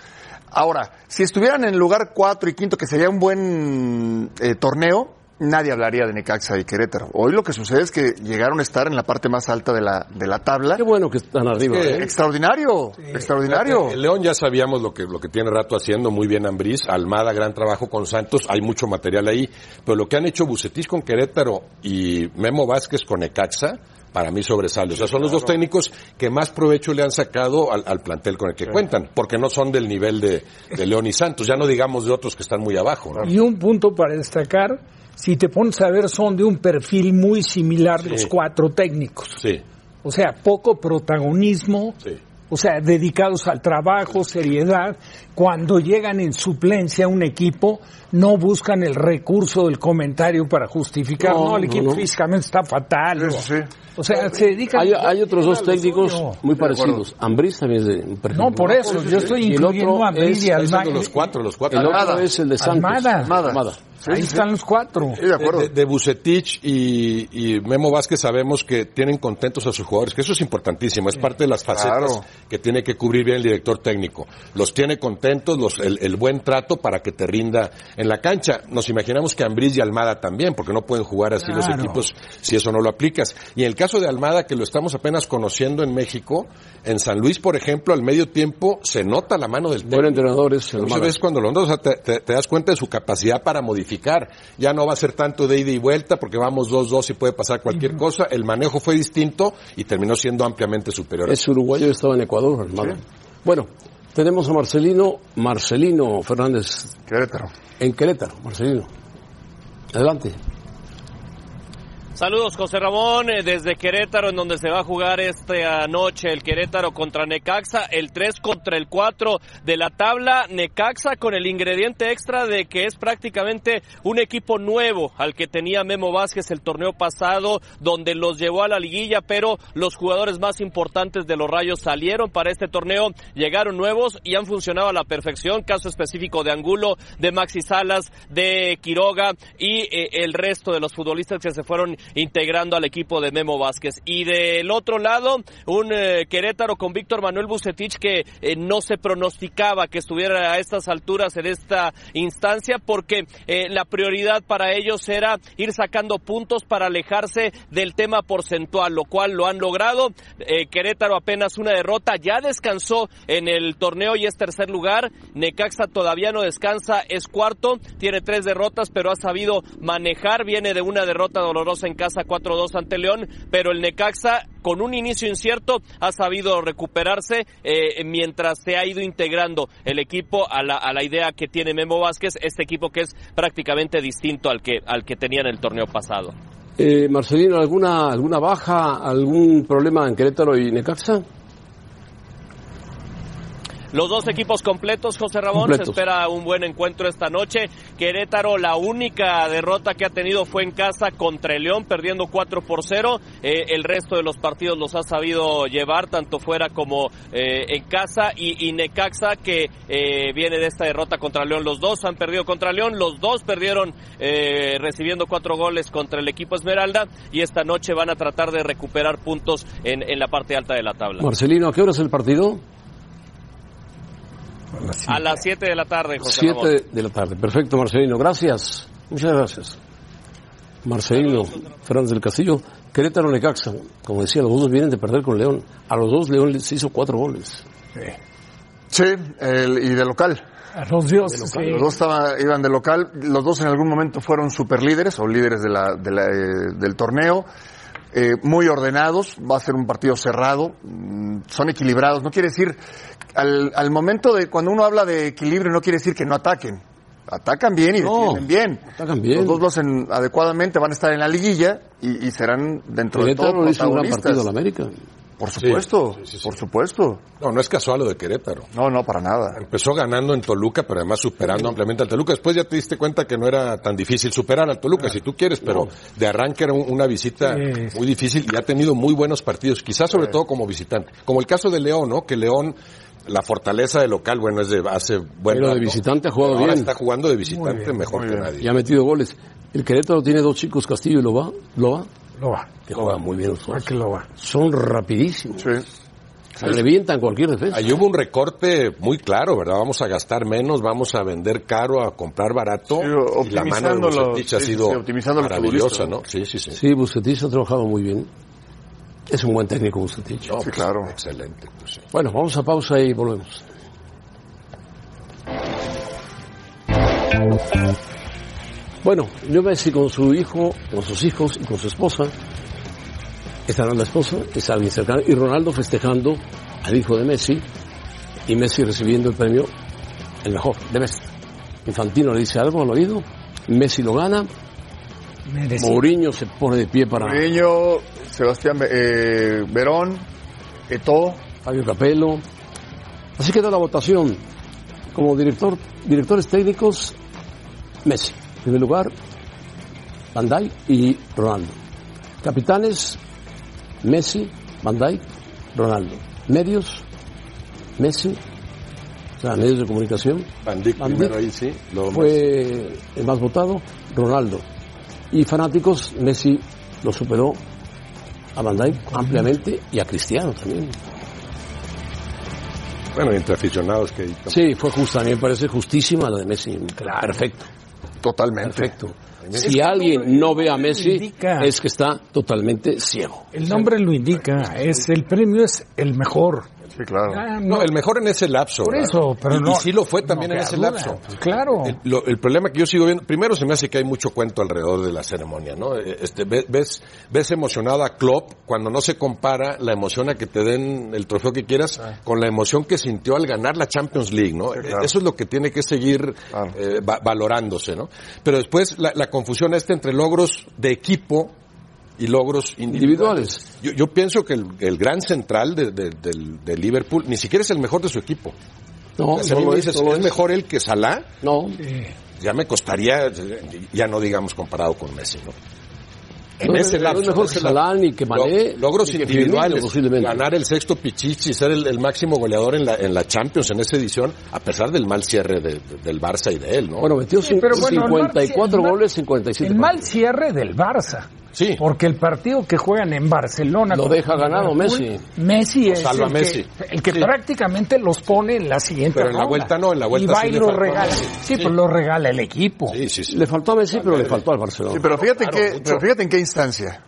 Speaker 3: Ahora, si estuvieran en el lugar 4 y 5, que sería un buen eh, torneo, nadie hablaría de Necaxa y Querétaro. Hoy lo que sucede es que llegaron a estar en la parte más alta de la, de la tabla.
Speaker 2: Qué bueno que están arriba.
Speaker 5: que-
Speaker 2: ¿eh?
Speaker 3: Extraordinario, extraordinario.
Speaker 5: El León ya sabíamos lo que, lo que tiene rato haciendo, muy bien Ambriz, Almada, gran trabajo con Santos, hay mucho material ahí, pero lo que han hecho Bucetich con Querétaro y Memo Vázquez con Ecaxa, para mí sobresale. O sea, son los dos técnicos que más provecho le han sacado al, al plantel con el que cuentan, porque no son del nivel de, de León y Santos, ya no digamos de otros que están muy abajo. ¿no?
Speaker 4: Y un punto para destacar, si te pones a ver, son de un perfil muy similar los cuatro técnicos.
Speaker 5: Sí,
Speaker 4: O sea, poco protagonismo,
Speaker 5: sí.
Speaker 4: o sea, dedicados al trabajo, seriedad. Cuando llegan en suplencia a un equipo, no buscan el recurso del comentario para justificar. No,
Speaker 2: No,
Speaker 4: el
Speaker 2: no,
Speaker 4: equipo
Speaker 2: no.
Speaker 4: físicamente está fatal.
Speaker 3: Sí, sí, sí.
Speaker 4: O sea, se dedican...
Speaker 2: Hay, hay otros dos
Speaker 4: a lo
Speaker 2: técnicos
Speaker 4: suyo.
Speaker 2: muy parecidos. Ambriz también es de un perfil.
Speaker 4: No, por eso, yo estoy
Speaker 2: Y el
Speaker 4: incluyendo
Speaker 2: otro
Speaker 4: a Ambriz
Speaker 2: es-
Speaker 4: y
Speaker 5: Ahí están
Speaker 4: Almada.
Speaker 5: los cuatro, los cuatro.
Speaker 2: El otro
Speaker 3: Almada.
Speaker 2: es el de Santos.
Speaker 4: Almada.
Speaker 3: Almada.
Speaker 4: Ahí están los cuatro. Eh,
Speaker 3: Sí, de acuerdo.
Speaker 5: De, de Bucetich y, y Memo Vázquez sabemos que tienen contentos a sus jugadores, que eso es importantísimo, es parte de las facetas
Speaker 3: Claro.
Speaker 5: que tiene que cubrir bien el director técnico. Los tiene contentos, los, el, el buen trato para que te rinda en la cancha. Nos imaginamos que Ambriz y Almada también, porque no pueden jugar así los
Speaker 4: Claro.
Speaker 5: equipos pues, si eso no lo aplicas. Y en el caso de Almada, que lo estamos apenas conociendo en México, en San Luis, por ejemplo, al medio tiempo se nota la mano del técnico.
Speaker 2: Buen entrenador es
Speaker 5: Muchas
Speaker 2: Almada.
Speaker 5: veces cuando lo andas, o sea, te, te- te das cuenta de su capacidad para modificar. Ya no va a ser tanto de ida y vuelta porque vamos 2-2 y puede pasar cualquier cosa. El manejo fue distinto y terminó siendo ampliamente superior.
Speaker 2: Es uruguayo, estaba en Ecuador, Almada. Bueno, tenemos a Marcelino, Marcelino Fernández,
Speaker 3: Querétaro.
Speaker 2: en Querétaro. Marcelino, adelante.
Speaker 12: Saludos José Ramón eh, desde Querétaro en donde se va a jugar esta noche el Querétaro contra Necaxa, el 3 contra el 4 de la tabla, Necaxa con el ingrediente extra de que es prácticamente un equipo nuevo al que tenía Memo Vázquez el torneo pasado donde los llevó a la liguilla, pero los jugadores más importantes de los Rayos salieron para este torneo, llegaron nuevos y han funcionado a la perfección, caso específico de Angulo, de Maxi Salas, de Quiroga y eh, el resto de los futbolistas que se fueron integrando al equipo de Memo Vázquez. Y del otro lado, un eh, Querétaro con Víctor Manuel Bucetich que eh, no se pronosticaba que estuviera a estas alturas en esta instancia porque eh, la prioridad para ellos era ir sacando puntos para alejarse del tema porcentual, lo cual lo han logrado. Eh, Querétaro apenas una derrota, ya descansó en el torneo y es tercer lugar. Necaxa todavía no descansa, es cuarto, tiene tres derrotas, pero ha sabido manejar. Viene de una derrota dolorosa en casa 4-2 ante León, pero el Necaxa, con un inicio incierto, ha sabido recuperarse eh, mientras se ha ido integrando el equipo a la, a la idea que tiene Memo Vázquez, este equipo que es prácticamente distinto al que, al que tenía en el torneo pasado.
Speaker 2: Eh, Marcelino, ¿alguna, ¿alguna baja, algún problema en Querétaro y Necaxa?
Speaker 12: Los dos equipos completos, José Ramón,
Speaker 2: Completos.
Speaker 12: se espera un buen encuentro esta noche. Querétaro, la única derrota que ha tenido fue en casa contra el León, perdiendo 4 por 0. Eh, el resto de los partidos los ha sabido llevar, tanto fuera como eh, en casa. Y, y Necaxa, que eh, viene de esta derrota contra León, los dos han perdido contra León, los dos perdieron eh, recibiendo cuatro goles contra el equipo Esmeralda. Y esta noche van a tratar de recuperar puntos en, en la parte alta de la tabla.
Speaker 2: Marcelino, ¿a qué hora es el partido?
Speaker 12: A las 7 de Pues la tarde, José Ramón.
Speaker 2: Siete de la tarde. Perfecto, Marcelino. Gracias. Muchas gracias. Marcelino Fernández del Castillo, Querétaro Necaxa. Como decía, los dos vienen de perder con León. A los dos León les hizo cuatro goles.
Speaker 4: eh,
Speaker 3: Sí, el- y de local.
Speaker 4: A los dioses. sí.
Speaker 3: Los dos estaba- iban de local, los dos en algún momento fueron superlíderes o líderes de la- de la, eh, del torneo, eh, muy ordenados, va a ser un partido cerrado, mm, son equilibrados, no quiere decir, al, al momento de cuando uno habla de equilibrio no quiere decir que no ataquen, atacan bien y
Speaker 2: No,
Speaker 3: defienden bien.
Speaker 2: atacan bien.
Speaker 3: Los dos lo hacen adecuadamente, van a estar en la liguilla y, y serán dentro de
Speaker 2: Querétaro
Speaker 3: todo
Speaker 2: le hizo un gran
Speaker 3: protagonistas.
Speaker 2: partido a la América.
Speaker 3: Por supuesto, por supuesto.
Speaker 5: No, no es casual lo de Querétaro.
Speaker 3: No, no, para nada.
Speaker 5: Empezó ganando en Toluca, pero además superando ampliamente al Toluca. Después ya te diste cuenta que no era tan difícil superar al Toluca, si tú quieres, pero de arranque era un- una visita
Speaker 4: Sí.
Speaker 5: muy difícil y ha tenido muy buenos partidos, quizás sobre todo como visitante. Como el caso de León, ¿no? Que León, la fortaleza de local, bueno, es de hace buen
Speaker 2: Pero de
Speaker 5: rato,
Speaker 2: visitante ha jugado
Speaker 5: pero ahora
Speaker 2: bien.
Speaker 5: está jugando de visitante mejor que nadie.
Speaker 2: Y ha metido goles. El Querétaro tiene dos chicos, Castillo y Loba, Loba
Speaker 4: Lo va,
Speaker 2: que juegan muy bien los dos.
Speaker 4: que lo va.
Speaker 2: Son rapidísimos.
Speaker 3: Sí.
Speaker 2: Se revientan cualquier defensa.
Speaker 5: Ahí hubo un recorte muy claro, ¿verdad? Vamos a gastar menos, vamos a vender caro, a comprar barato. y la mano de
Speaker 3: optimizando los-
Speaker 5: Bucetich ha
Speaker 3: sí, sí,
Speaker 5: sido
Speaker 3: sí, optimizando los
Speaker 5: maravillosa, ¿no?
Speaker 3: futbolistas,
Speaker 5: Sí, sí, sí.
Speaker 2: Sí, Bucetich ha trabajado muy bien. Es un buen técnico Bucetich.
Speaker 5: No, pues, Excelente. pues, sí.
Speaker 2: Bueno, vamos a pausa y volvemos. Bueno, yo Messi con su hijo, con sus hijos y con su esposa, estará la esposa, es alguien cercano, y Ronaldo festejando al hijo de Messi, y Messi recibiendo el premio, el mejor, de Messi. Infantino le dice algo al oído, Messi lo gana,
Speaker 4: Merecido.
Speaker 2: Mourinho se pone de pie para...
Speaker 3: Mourinho, Sebastián eh, Verón, Eto.
Speaker 2: Fabio Capello. Así queda la votación. Como director, directores técnicos, Messi. En primer lugar, Van Dijk y Ronaldo. Capitanes, Messi, Van Dijk, Ronaldo. Medios, Messi. O sea, medios de comunicación.
Speaker 5: Van Dijk
Speaker 2: Van
Speaker 5: primero
Speaker 2: Dijk
Speaker 5: ahí, sí. luego
Speaker 2: fue el más votado, Ronaldo. Y fanáticos, Messi lo superó a Van Dijk ampliamente y a Cristiano también.
Speaker 5: Messi. Bueno, entre aficionados que...
Speaker 2: Sí, fue justa, a mí me parece justísima la de Messi. Perfecto.
Speaker 3: Totalmente.
Speaker 2: Perfecto. Si alguien no ve a Messi, es que está totalmente ciego.
Speaker 4: El nombre lo indica, es el premio es el mejor.
Speaker 3: Sí, claro.
Speaker 4: Ah,
Speaker 5: No, el mejor en ese lapso.
Speaker 4: Por
Speaker 5: ¿verdad?
Speaker 4: eso, pero
Speaker 5: y,
Speaker 4: no-
Speaker 5: y sí lo fue también
Speaker 4: no
Speaker 5: en
Speaker 4: queda
Speaker 5: ese
Speaker 4: duda,
Speaker 5: lapso.
Speaker 4: pues claro.
Speaker 5: El, lo- el problema que yo sigo viendo, primero se me hace que hay mucho cuento alrededor de la ceremonia, ¿no? Eh, Este, ve- ves, ves emocionada a Klopp cuando no se compara la emoción a que te den el trofeo que quieras con la emoción que sintió al ganar la Champions League, ¿no? Eh, Eso es lo que tiene que seguir eh, va- valorándose, ¿no? Pero después la, la confusión esta entre logros de equipo y logros individuales. Yo, yo pienso que el, el gran central de, de- del- de Liverpool ni siquiera es el mejor de su equipo.
Speaker 2: No,
Speaker 5: Si a mí
Speaker 2: no lo
Speaker 5: me
Speaker 2: es,
Speaker 5: dices,
Speaker 2: no lo
Speaker 5: ¿es
Speaker 2: es.
Speaker 5: mejor él que Salah? eh,
Speaker 2: No,
Speaker 5: ya me costaría, ya no digamos comparado con Messi, ¿no?
Speaker 2: No, no es
Speaker 5: en
Speaker 2: mejor
Speaker 5: ese
Speaker 2: que Salah, ni que Mané,
Speaker 5: Lo- logros
Speaker 2: ni que
Speaker 5: individuales,
Speaker 2: Firmino, posiblemente.
Speaker 5: ganar el sexto pichichi, ser el, el máximo goleador en la, en la Champions en esa edición, a pesar del mal cierre de- de- del Barça y de él, ¿no?
Speaker 2: Bueno, metió
Speaker 4: Sí,
Speaker 2: cin-
Speaker 4: pero bueno, el Mar-
Speaker 2: 54
Speaker 4: el Mar-
Speaker 2: goles, 57
Speaker 4: El mal cierre del Barça.
Speaker 5: Sí.
Speaker 4: Porque el partido que juegan en Barcelona.
Speaker 2: Lo
Speaker 4: contra
Speaker 2: deja ganado
Speaker 4: Liverpool,
Speaker 2: Messi.
Speaker 4: Messi es
Speaker 5: salva
Speaker 4: el,
Speaker 5: Messi.
Speaker 4: Que, el que
Speaker 5: Sí.
Speaker 4: prácticamente los pone en la siguiente
Speaker 5: Pero en la
Speaker 4: ronda.
Speaker 5: vuelta no, en la vuelta
Speaker 4: Y va
Speaker 5: sí
Speaker 4: y
Speaker 5: le
Speaker 4: lo
Speaker 5: faltó a
Speaker 4: regala.
Speaker 5: Messi.
Speaker 4: Sí, pues lo regala el equipo.
Speaker 5: Sí, sí, sí.
Speaker 2: Le faltó a Messi, pero le faltó al Barcelona.
Speaker 3: Sí, pero fíjate, en
Speaker 5: Claro,
Speaker 3: qué,
Speaker 5: mucho.
Speaker 3: pero fíjate en qué instancia.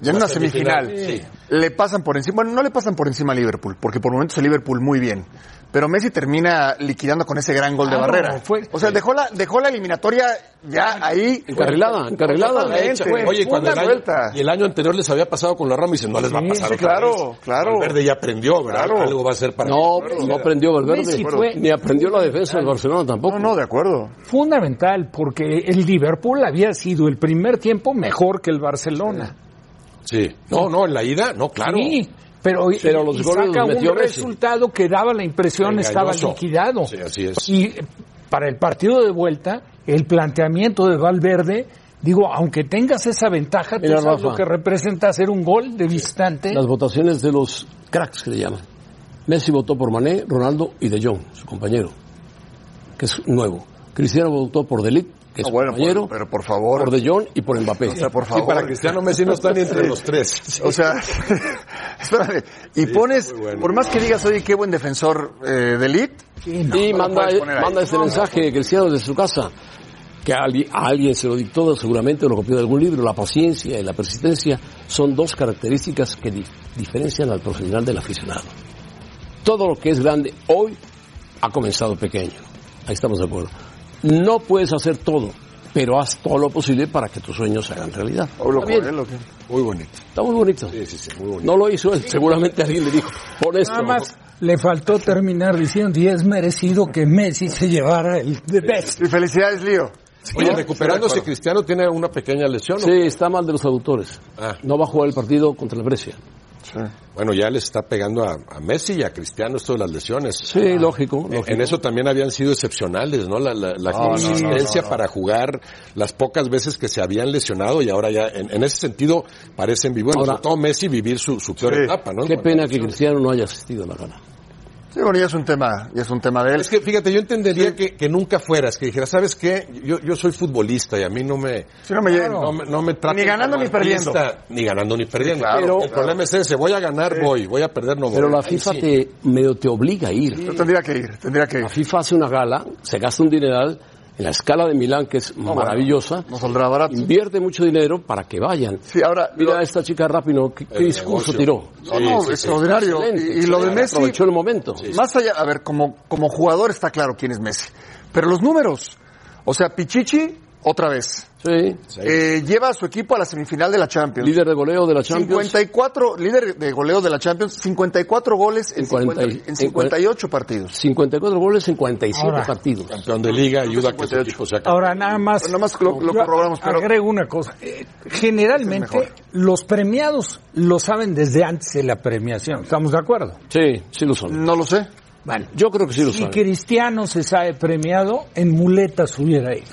Speaker 3: Ya en
Speaker 5: La
Speaker 3: una semifinal.
Speaker 5: semifinal, sí.
Speaker 3: Le pasan por encima. Bueno, no le pasan por encima a Liverpool, porque por momentos el Liverpool muy bien. Pero Messi termina liquidando con ese gran gol de
Speaker 5: Ah,
Speaker 4: Claro,
Speaker 3: barrera.
Speaker 4: fue-
Speaker 3: o sea, dejó la, dejó la eliminatoria ya ahí.
Speaker 2: Encarrilada, encarrilada.
Speaker 3: Pues, Totalmente.
Speaker 2: Fue
Speaker 5: Oye, cuando el
Speaker 3: una
Speaker 5: año,
Speaker 3: vuelta.
Speaker 5: y el año anterior les había pasado con la Roma y dicen, no les va a
Speaker 4: Sí,
Speaker 5: pasar
Speaker 3: sí,
Speaker 5: otra
Speaker 3: claro,
Speaker 5: vez.
Speaker 3: claro.
Speaker 5: Valverde ya aprendió, ¿verdad?
Speaker 3: Claro.
Speaker 5: Algo va a ser para
Speaker 2: No, no aprendió
Speaker 4: Messi
Speaker 2: Valverde,
Speaker 4: fue-
Speaker 2: ni aprendió la defensa del Barcelona tampoco.
Speaker 3: No, no, de acuerdo.
Speaker 4: Fundamental, porque el Liverpool había sido el primer tiempo mejor que el Barcelona.
Speaker 5: Sí. No, no, en la ida, no, claro.
Speaker 4: Sí, pero,
Speaker 2: Pero los
Speaker 4: y
Speaker 2: goles
Speaker 4: saca
Speaker 2: los metió
Speaker 4: un
Speaker 2: Messi.
Speaker 4: resultado que daba la impresión estaba
Speaker 5: Engañoso.
Speaker 4: liquidado.
Speaker 5: Sí, así es.
Speaker 4: Y para el partido de vuelta, el planteamiento de Valverde, digo, aunque tengas esa ventaja, tú
Speaker 2: Mira,
Speaker 4: sabes
Speaker 2: Rafa.
Speaker 4: lo que representa hacer un gol de visitante.
Speaker 2: Las votaciones de los cracks que le llaman. Messi votó por Mané, Ronaldo y De Jong, su compañero, que es nuevo. Cristiano votó por Delit, que es
Speaker 3: No,
Speaker 2: su
Speaker 3: Ah, bueno,
Speaker 2: compañero,
Speaker 3: por- pero por favor.
Speaker 2: por De Jong y por Mbappé.
Speaker 3: o sea, por
Speaker 5: Sí,
Speaker 3: favor.
Speaker 5: para Cristiano Messi no está ni entre los tres.
Speaker 3: O sea, espérame. Y pones,
Speaker 5: muy bueno.
Speaker 3: por más que digas, oye, qué buen defensor eh, de elite.
Speaker 2: y
Speaker 3: no lo
Speaker 2: manda,
Speaker 3: puedes poner ahí.
Speaker 2: manda este mensaje, Cristiano, desde su casa, que a, alguien- a alguien se lo dictó, seguramente lo copió de algún libro. La paciencia y la persistencia son dos características que di- diferencian al profesional del aficionado. Todo lo que es grande hoy ha comenzado pequeño. Ahí estamos de acuerdo. No puedes hacer todo, pero haz todo lo posible para que tus sueños se hagan realidad.
Speaker 3: Pablo
Speaker 2: Está bien,
Speaker 3: Coelho, ¿qué?
Speaker 5: Muy bonito.
Speaker 2: está muy bonito.
Speaker 5: Sí, sí, sí, muy bonito.
Speaker 2: No lo hizo él, seguramente alguien le dijo, pon esto.
Speaker 4: Nada más le faltó terminar diciendo, y es merecido que Messi se llevara el The Best.
Speaker 3: (laughs) Y felicidades, Lío.
Speaker 5: Oye,
Speaker 3: ¿No?
Speaker 5: recuperándose,
Speaker 3: Sí, de acuerdo.
Speaker 5: Cristiano tiene una pequeña lesión. ¿o?
Speaker 2: Sí, está mal de los aductores.
Speaker 5: Ah.
Speaker 2: No va a jugar el partido contra el Brescia.
Speaker 5: Bueno, ya le está pegando a, a Messi y a Cristiano esto de las lesiones. Ah,
Speaker 2: Sí, lógico,
Speaker 5: En-
Speaker 2: lógico.
Speaker 5: En eso también habían sido excepcionales, ¿no? La, la, la consistencia para jugar las pocas veces que se habían lesionado y ahora ya, en, en ese sentido, parecen vivos. Bueno,
Speaker 2: Ahora-
Speaker 5: sobre todo Messi vivir su, su peor etapa, ¿no?
Speaker 2: Qué pena que Cristiano no haya asistido a la gala.
Speaker 3: Sí, bueno, ya es un tema, ya es un tema de él.
Speaker 5: Es que fíjate, yo entendería que, que nunca fueras, que dijeras, ¿sabes qué? Yo, yo soy futbolista y a mí no me.
Speaker 3: Sí, no me lleno.
Speaker 5: no, me- no me traten
Speaker 3: Ni ganando
Speaker 5: como
Speaker 3: ni perdiendo.
Speaker 5: artista, Ni ganando ni perdiendo.
Speaker 3: claro,
Speaker 5: Pero el
Speaker 3: claro.
Speaker 5: problema es ese: voy a ganar, voy, voy a perder, no voy.
Speaker 2: Pero la FIFA
Speaker 5: Ahí sí.
Speaker 2: te medio te obliga a ir.
Speaker 3: Yo tendría que ir, tendría que ir.
Speaker 2: La FIFA hace una gala, se gasta un dineral en la escala de Milán, que es
Speaker 3: No,
Speaker 2: maravillosa.
Speaker 3: bueno, no saldrá barato.
Speaker 2: Invierte mucho dinero para que vayan.
Speaker 3: Sí, ahora.
Speaker 2: Mira
Speaker 3: lo-
Speaker 2: a esta chica Rapino, qué, qué
Speaker 5: El
Speaker 2: discurso
Speaker 5: negocio.
Speaker 2: tiró.
Speaker 3: No, no,
Speaker 5: Sí, sí, sí.
Speaker 3: extraordinario.
Speaker 2: Excelente,
Speaker 3: Y- y, lo de
Speaker 2: excelente.
Speaker 3: Messi,
Speaker 2: Aprovechó el momento.
Speaker 3: más allá, a ver, como, como jugador está claro quién es Messi. Pero los números, o sea, Pichichi, otra vez,
Speaker 2: Sí.
Speaker 3: Eh, lleva a su equipo a la semifinal de la Champions.
Speaker 2: Líder de goleo de la Champions.
Speaker 3: 54, líder de goleo de la Champions, 54 goles en,
Speaker 2: En 40 y-
Speaker 3: 50 en 58 partidos.
Speaker 2: 54 goles en 47
Speaker 4: Ahora.
Speaker 2: partidos.
Speaker 5: Campeón de liga ayuda a que su
Speaker 3: 58.
Speaker 5: equipo sea campeón.
Speaker 4: Ahora nada más.
Speaker 3: Nada más lo- lo
Speaker 4: yo
Speaker 3: corroboramos, pero-
Speaker 4: Agrego una cosa. Eh,
Speaker 3: Es el
Speaker 4: Generalmente
Speaker 3: mejor.
Speaker 4: los premiados lo saben desde antes de la premiación. ¿Estamos de acuerdo?
Speaker 2: Sí, sí lo son.
Speaker 3: No lo sé.
Speaker 4: Vale.
Speaker 2: Yo creo que sí lo
Speaker 4: Si
Speaker 2: son.
Speaker 4: Cristiano se sabe premiado, en muletas hubiera
Speaker 2: (laughs)
Speaker 4: ido.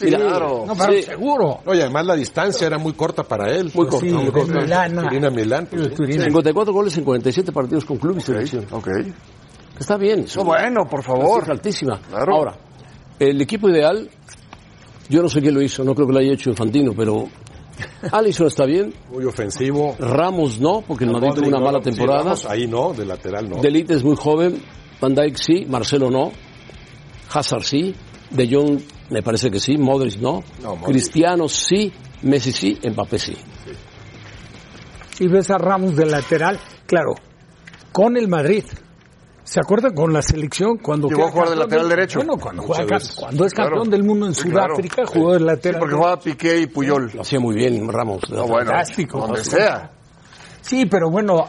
Speaker 2: Mira,
Speaker 3: claro.
Speaker 4: No, pero
Speaker 2: sí.
Speaker 4: seguro.
Speaker 5: No, y además la distancia era muy corta para él.
Speaker 2: Muy corta,
Speaker 4: Sí,
Speaker 2: muy
Speaker 4: de
Speaker 2: corta.
Speaker 4: Milán, ah.
Speaker 5: Turín a Milán, pues, sí.
Speaker 4: Turín.
Speaker 2: 54 goles en 47 partidos con club y selección.
Speaker 3: Ok.
Speaker 2: Está bien. es
Speaker 3: No,
Speaker 2: una
Speaker 3: bueno, por
Speaker 2: cifra
Speaker 3: favor.
Speaker 2: altísima.
Speaker 3: Claro.
Speaker 2: Ahora, el equipo ideal, yo no sé quién lo hizo, no creo que lo haya hecho Infantino, pero Alisson está bien,
Speaker 5: muy ofensivo.
Speaker 2: Ramos no, porque el Madrid tuvo una
Speaker 5: No,
Speaker 2: mala
Speaker 5: sí,
Speaker 2: temporada.
Speaker 5: vamos, ahí no, de lateral no.
Speaker 2: Delite es muy joven, Van Dijk sí, Marcelo no, Hazard sí, De Jong me parece que sí, Modric no,
Speaker 5: No, Modric.
Speaker 2: Cristiano sí, Messi sí, Mbappé sí.
Speaker 4: Y ves a Ramos de lateral, claro, con el Madrid. ¿Se acuerdan con la selección cuando fue
Speaker 3: Llegó a jugar de
Speaker 4: campeón del-
Speaker 3: lateral derecho.
Speaker 4: Bueno, cuando,
Speaker 5: Muchas
Speaker 4: juega-
Speaker 5: veces.
Speaker 4: cuando es
Speaker 3: Claro.
Speaker 4: campeón del mundo en
Speaker 3: Sí, claro.
Speaker 4: Sudáfrica, jugó de lateral.
Speaker 3: Porque jugaba Piqué y Puyol.
Speaker 2: Lo hacía muy bien Ramos.
Speaker 3: No, bueno.
Speaker 4: Fantástico.
Speaker 3: Donde sea.
Speaker 4: Sí, pero bueno,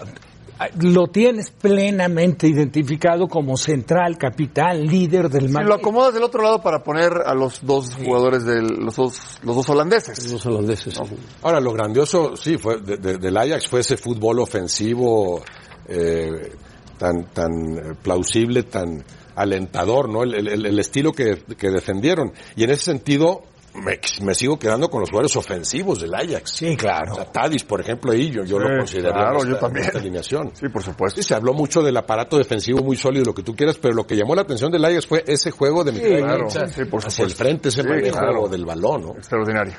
Speaker 4: lo tienes plenamente identificado como central, capital, líder del
Speaker 3: Si
Speaker 4: Madrid.
Speaker 3: lo acomodas del otro lado para poner a los dos jugadores de los dos, los dos holandeses.
Speaker 2: Los holandeses.
Speaker 5: Ahora, lo grandioso, sí, fue de- de- del Ajax fue ese fútbol ofensivo eh, tan, tan eh, plausible, tan alentador, ¿no? El, el- el estilo que, que defendieron. Y en ese sentido, me, me sigo quedando con los jugadores ofensivos del Ajax.
Speaker 4: Sí, claro.
Speaker 5: O sea, Tadis, por ejemplo, ahí yo, yo lo considero
Speaker 3: claro, yo también.
Speaker 5: esta alineación.
Speaker 3: Sí, por supuesto.
Speaker 5: Sí, se habló mucho del aparato defensivo muy sólido, lo que tú quieras, pero lo que llamó la atención del Ajax fue ese juego de mitad de
Speaker 3: claro.
Speaker 5: cancha
Speaker 3: Sí, por
Speaker 5: hacia el
Speaker 3: supuesto.
Speaker 5: frente, ese
Speaker 3: Sí,
Speaker 5: manejo
Speaker 3: claro.
Speaker 5: del balón, ¿no?
Speaker 3: Extraordinario.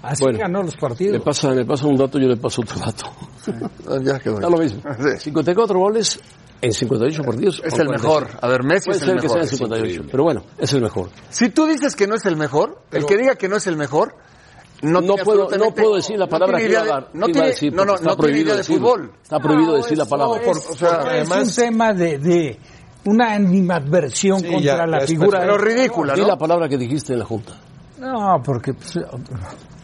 Speaker 4: Así
Speaker 2: Bueno.
Speaker 4: ganó los
Speaker 2: Le
Speaker 4: partidos.
Speaker 2: pasa, le pasa un dato, yo le paso otro dato.
Speaker 3: Ah, Ya quedó.
Speaker 2: Está lo mismo.
Speaker 3: Sí.
Speaker 2: 54 goles en 58 partidos.
Speaker 3: Es
Speaker 2: con
Speaker 3: el
Speaker 2: 47.
Speaker 3: mejor. A ver, Messi
Speaker 2: Puede
Speaker 3: es
Speaker 2: ser
Speaker 3: el
Speaker 2: que
Speaker 3: mejor.
Speaker 2: sean
Speaker 3: Es
Speaker 2: 58, pero bueno, es el mejor.
Speaker 3: Si tú dices que no es el mejor, el que diga que no es el mejor, no,
Speaker 2: No
Speaker 3: tiene
Speaker 2: puedo, no
Speaker 3: absolutamente-
Speaker 2: puedo decir la
Speaker 3: no
Speaker 2: palabra
Speaker 3: tiene
Speaker 2: que iba a
Speaker 3: idea de-
Speaker 2: dar.
Speaker 3: No
Speaker 2: iba
Speaker 3: tiene,
Speaker 2: a decir,
Speaker 3: no, no,
Speaker 2: porque está
Speaker 3: no tiene idea de
Speaker 2: decirlo.
Speaker 3: fútbol.
Speaker 2: Está prohibido decir la palabra.
Speaker 3: por- o sea,
Speaker 5: además-
Speaker 4: es un tema de, de una animadversión
Speaker 5: Sí,
Speaker 4: contra
Speaker 5: ya-
Speaker 4: la
Speaker 5: ya es
Speaker 4: figura.
Speaker 3: Pero ridícula,
Speaker 2: Di
Speaker 3: ¿no?
Speaker 2: la palabra que dijiste en la Junta.
Speaker 4: No, porque pues,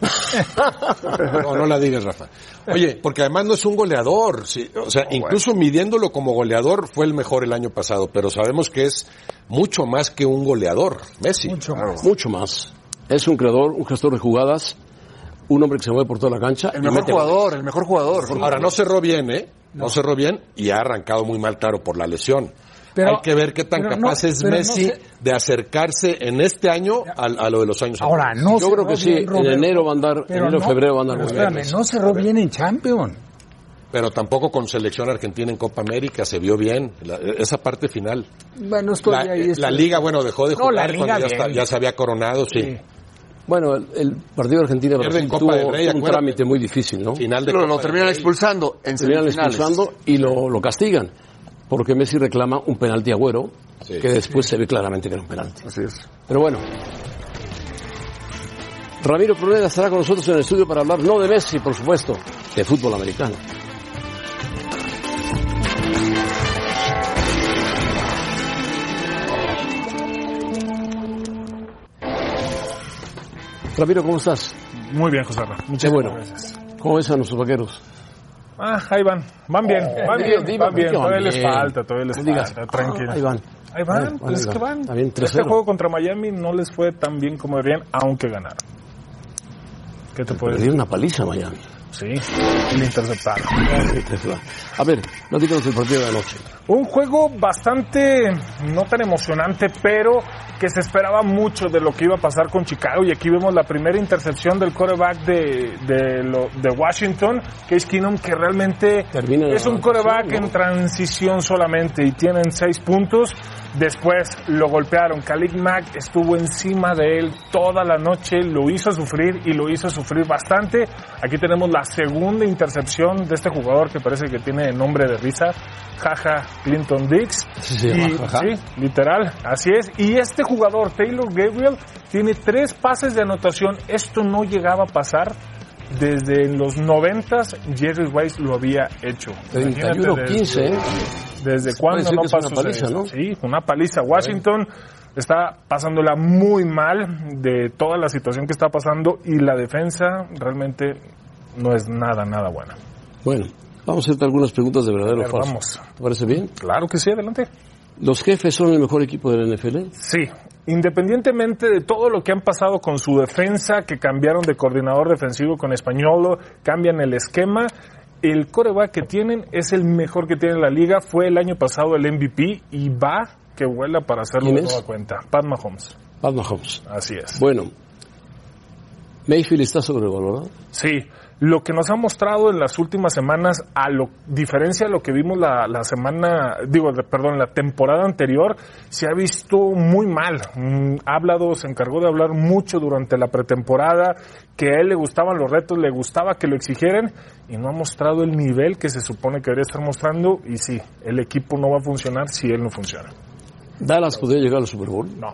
Speaker 5: (laughs) No, no la digas, Rafa. Oye, porque además no es un goleador. sí, O sea, incluso midiéndolo como goleador fue el mejor el año pasado, pero sabemos que es mucho más que un goleador, Messi.
Speaker 4: mucho más.
Speaker 2: Mucho más. Es un creador, un gestor de jugadas, un hombre que se mueve por toda la cancha.
Speaker 3: El
Speaker 2: y
Speaker 3: mejor
Speaker 2: mete
Speaker 3: jugador, el mejor jugador.
Speaker 5: Ahora, no cerró bien, ¿eh? No. cerró bien y ha arrancado muy mal, claro, por la lesión.
Speaker 4: Pero-
Speaker 5: Hay que ver qué tan
Speaker 4: pero no-
Speaker 5: capaz es
Speaker 4: pero no
Speaker 5: Messi
Speaker 4: sé-
Speaker 5: de acercarse en este año al- a, lo de los años
Speaker 4: Ahora,
Speaker 5: anteriores.
Speaker 4: no
Speaker 2: Yo creo que sí, en enero va a andar-
Speaker 4: pero
Speaker 2: enero, febrero va a andar
Speaker 4: pero
Speaker 2: muy bien.
Speaker 4: espérame, no cerró bien en Champions.
Speaker 5: Pero tampoco con selección argentina en Copa América se vio bien la- esa parte final.
Speaker 4: Bueno, estoy
Speaker 5: La,
Speaker 4: Pues ahí.
Speaker 5: la liga, bueno, dejó de
Speaker 4: No, la
Speaker 5: jugar
Speaker 4: liga
Speaker 5: cuando ya,
Speaker 4: bien.
Speaker 5: está- ya se había coronado, sí.
Speaker 2: goles. Bueno, el, el partido de Argentina
Speaker 5: Pierde en
Speaker 2: Brasil
Speaker 5: Copa del
Speaker 2: tuvo
Speaker 5: Rey,
Speaker 2: un
Speaker 5: acuérdate.
Speaker 2: trámite muy difícil, ¿no?
Speaker 5: Final de
Speaker 3: Lo, lo
Speaker 5: Copa
Speaker 3: terminan expulsando en
Speaker 2: Terminan
Speaker 3: semifinales.
Speaker 2: expulsando y lo, lo castigan. Porque Messi reclama un penalti agüero,
Speaker 5: Sí.
Speaker 2: que después se ve claramente que era un penalti.
Speaker 3: Así es.
Speaker 2: Pero bueno. Ramiro Pruneda estará con nosotros en el estudio para hablar, no de Messi, por supuesto, de fútbol americano. Ramiro, ¿cómo estás?
Speaker 13: Muy bien, José Ramón.
Speaker 2: Qué
Speaker 13: Muchas
Speaker 2: bueno.
Speaker 13: gracias.
Speaker 2: ¿Cómo ves a nuestros vaqueros?
Speaker 13: Ah, ahí van. Van bien, van
Speaker 2: Dime,
Speaker 13: bien,
Speaker 2: dime,
Speaker 13: van bien.
Speaker 2: ¿por qué van
Speaker 13: Todavía les
Speaker 2: bien?
Speaker 13: falta, todavía les
Speaker 2: No digas,
Speaker 13: falta.
Speaker 2: ah,
Speaker 13: Tranquilo.
Speaker 2: ahí van.
Speaker 13: Ahí
Speaker 2: Ahí
Speaker 13: van,
Speaker 2: van,
Speaker 13: pues
Speaker 2: ahí
Speaker 13: es
Speaker 2: van.
Speaker 13: que van.
Speaker 2: Está bien, 3-0.
Speaker 13: este juego contra Miami no les fue tan bien como deberían, aunque ganaron. ¿Qué te puedes
Speaker 2: Le
Speaker 13: decir?
Speaker 2: dieron una paliza a Miami.
Speaker 13: Sí, y
Speaker 2: (laughs)
Speaker 13: le interceptaron.
Speaker 2: A ver, platícanos del partido de anoche.
Speaker 13: Un juego bastante, no tan emocionante, pero que se esperaba mucho de lo que iba a pasar con Chicago. Y aquí vemos la primera intercepción del coreback de, de, lo- de Washington, Case Keenum, que realmente
Speaker 2: Termina
Speaker 13: es un
Speaker 2: la-
Speaker 13: coreback
Speaker 2: sí, ¿no?
Speaker 13: en transición solamente y tienen seis puntos. Después lo golpearon. Khalid Mack estuvo encima de él toda la noche, lo hizo sufrir y lo hizo sufrir bastante. Aquí tenemos la segunda intercepción de este jugador que parece que tiene nombre de risa, jaja Clinton Dix.
Speaker 2: se llama,
Speaker 13: Y-
Speaker 2: jaja.
Speaker 13: sí, literal, así es. Y este jugador, Taylor Gabriel, tiene tres pases de anotación. Esto no llegaba a pasar. Desde los noventas, Jerry Rice lo había hecho.
Speaker 2: 31,
Speaker 13: Imagínate
Speaker 2: 15,
Speaker 13: desde-
Speaker 2: ¿eh?
Speaker 13: ¿Desde
Speaker 2: Se puede
Speaker 13: cuándo
Speaker 2: decir
Speaker 13: no
Speaker 2: que es una
Speaker 13: pasó
Speaker 2: paliza,
Speaker 13: eso?
Speaker 2: ¿no?
Speaker 13: Sí, una paliza. Washington está pasándola muy mal de toda la situación que está pasando y la defensa realmente no es nada, nada buena.
Speaker 2: Bueno, vamos a hacerte algunas preguntas de verdadero o
Speaker 13: A ver,
Speaker 2: falso.
Speaker 13: vamos.
Speaker 2: ¿Te parece bien?
Speaker 13: Claro que sí, adelante.
Speaker 2: ¿Los jefes son el mejor equipo de la NFL?
Speaker 13: Sí, independientemente de todo lo que han pasado con su defensa, que cambiaron de coordinador defensivo con Españolo, cambian el esquema, el coreback que tienen es el mejor que tiene la liga, fue el año pasado el MVP y va que vuela para hacerlo
Speaker 2: ¿Quién
Speaker 13: de
Speaker 2: es?
Speaker 13: toda cuenta. Pat Mahomes,
Speaker 2: Pat Mahomes.
Speaker 13: así es.
Speaker 2: Bueno, Mayfield está sobrevalorado.
Speaker 13: Sí, lo que nos ha mostrado en las últimas semanas, a lo, diferencia de lo que vimos la, la semana, digo, de- perdón, la temporada anterior, se ha visto muy mal. Mm, Ha hablado, se encargó de hablar mucho durante la pretemporada, que a él le gustaban los retos, le gustaba que lo exigieran, y no ha mostrado el nivel que se supone que debería estar mostrando, y sí, el equipo no va a funcionar si él no funciona.
Speaker 2: ¿Dallas podría llegar al Super Bowl?
Speaker 13: No.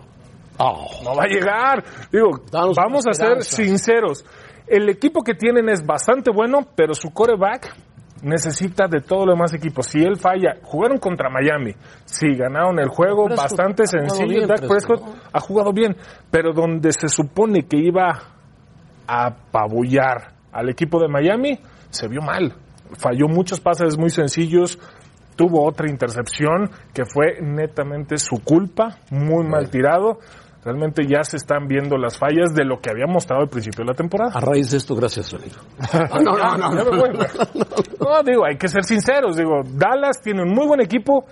Speaker 2: Ah.
Speaker 13: (laughs) No va a llegar. Digo,
Speaker 2: Danos
Speaker 13: vamos a ser
Speaker 2: esperanza.
Speaker 13: sinceros. El equipo que tienen es bastante bueno, pero su coreback necesita de todo lo demás equipo. Si él falla, jugaron contra Miami. Sí, ganaron el juego
Speaker 2: Prescott
Speaker 13: bastante
Speaker 2: ha jugado
Speaker 13: sencillo.
Speaker 2: bien,
Speaker 13: Dak
Speaker 2: Prescott,
Speaker 13: Prescott ha jugado bien, pero donde se supone que iba a apabullar al equipo de Miami, se vio mal. Falló muchos pases muy sencillos. Tuvo otra intercepción que fue netamente su culpa, muy mal tirado. Realmente ya se están viendo las fallas de lo que había mostrado al principio de la temporada.
Speaker 2: A raíz de esto, gracias, Sonido.
Speaker 13: no, no, no, no,
Speaker 2: (laughs)
Speaker 13: digo, hay que ser sinceros. Digo, Dallas tiene un muy buen equipo,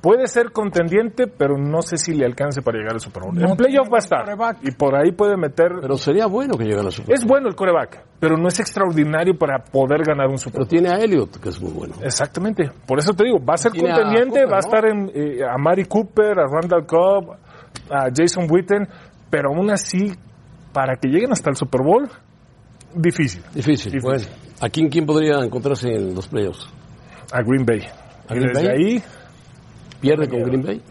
Speaker 13: puede ser contendiente, pero no sé si le alcance para llegar al Super Bowl.
Speaker 4: No
Speaker 13: en playoff va a estar. Y por ahí puede meter.
Speaker 2: Pero sería bueno que llegara al Super Bowl.
Speaker 13: Es bueno el coreback, pero no es extraordinario para poder ganar un Super
Speaker 2: Pero
Speaker 13: Bowl.
Speaker 2: tiene a Elliot, que es muy bueno.
Speaker 13: Exactamente. Por eso te digo, va a ser
Speaker 2: Tiene a
Speaker 13: contendiente,
Speaker 2: Cooper,
Speaker 13: va a
Speaker 2: ¿no?
Speaker 13: estar en, eh, a Mari Cooper, a Randall Cobb, a Jason Witten, pero aún así, para que lleguen hasta el Super Bowl, difícil.
Speaker 2: Difícil.
Speaker 13: Difícil.
Speaker 2: Bueno, ¿a quién, quién podría encontrarse en los playoffs?
Speaker 13: A Green Bay.
Speaker 2: ¿A
Speaker 13: Y
Speaker 2: Green
Speaker 13: desde
Speaker 2: Bay?
Speaker 13: ahí,
Speaker 2: ¿Pierde con Green Bay?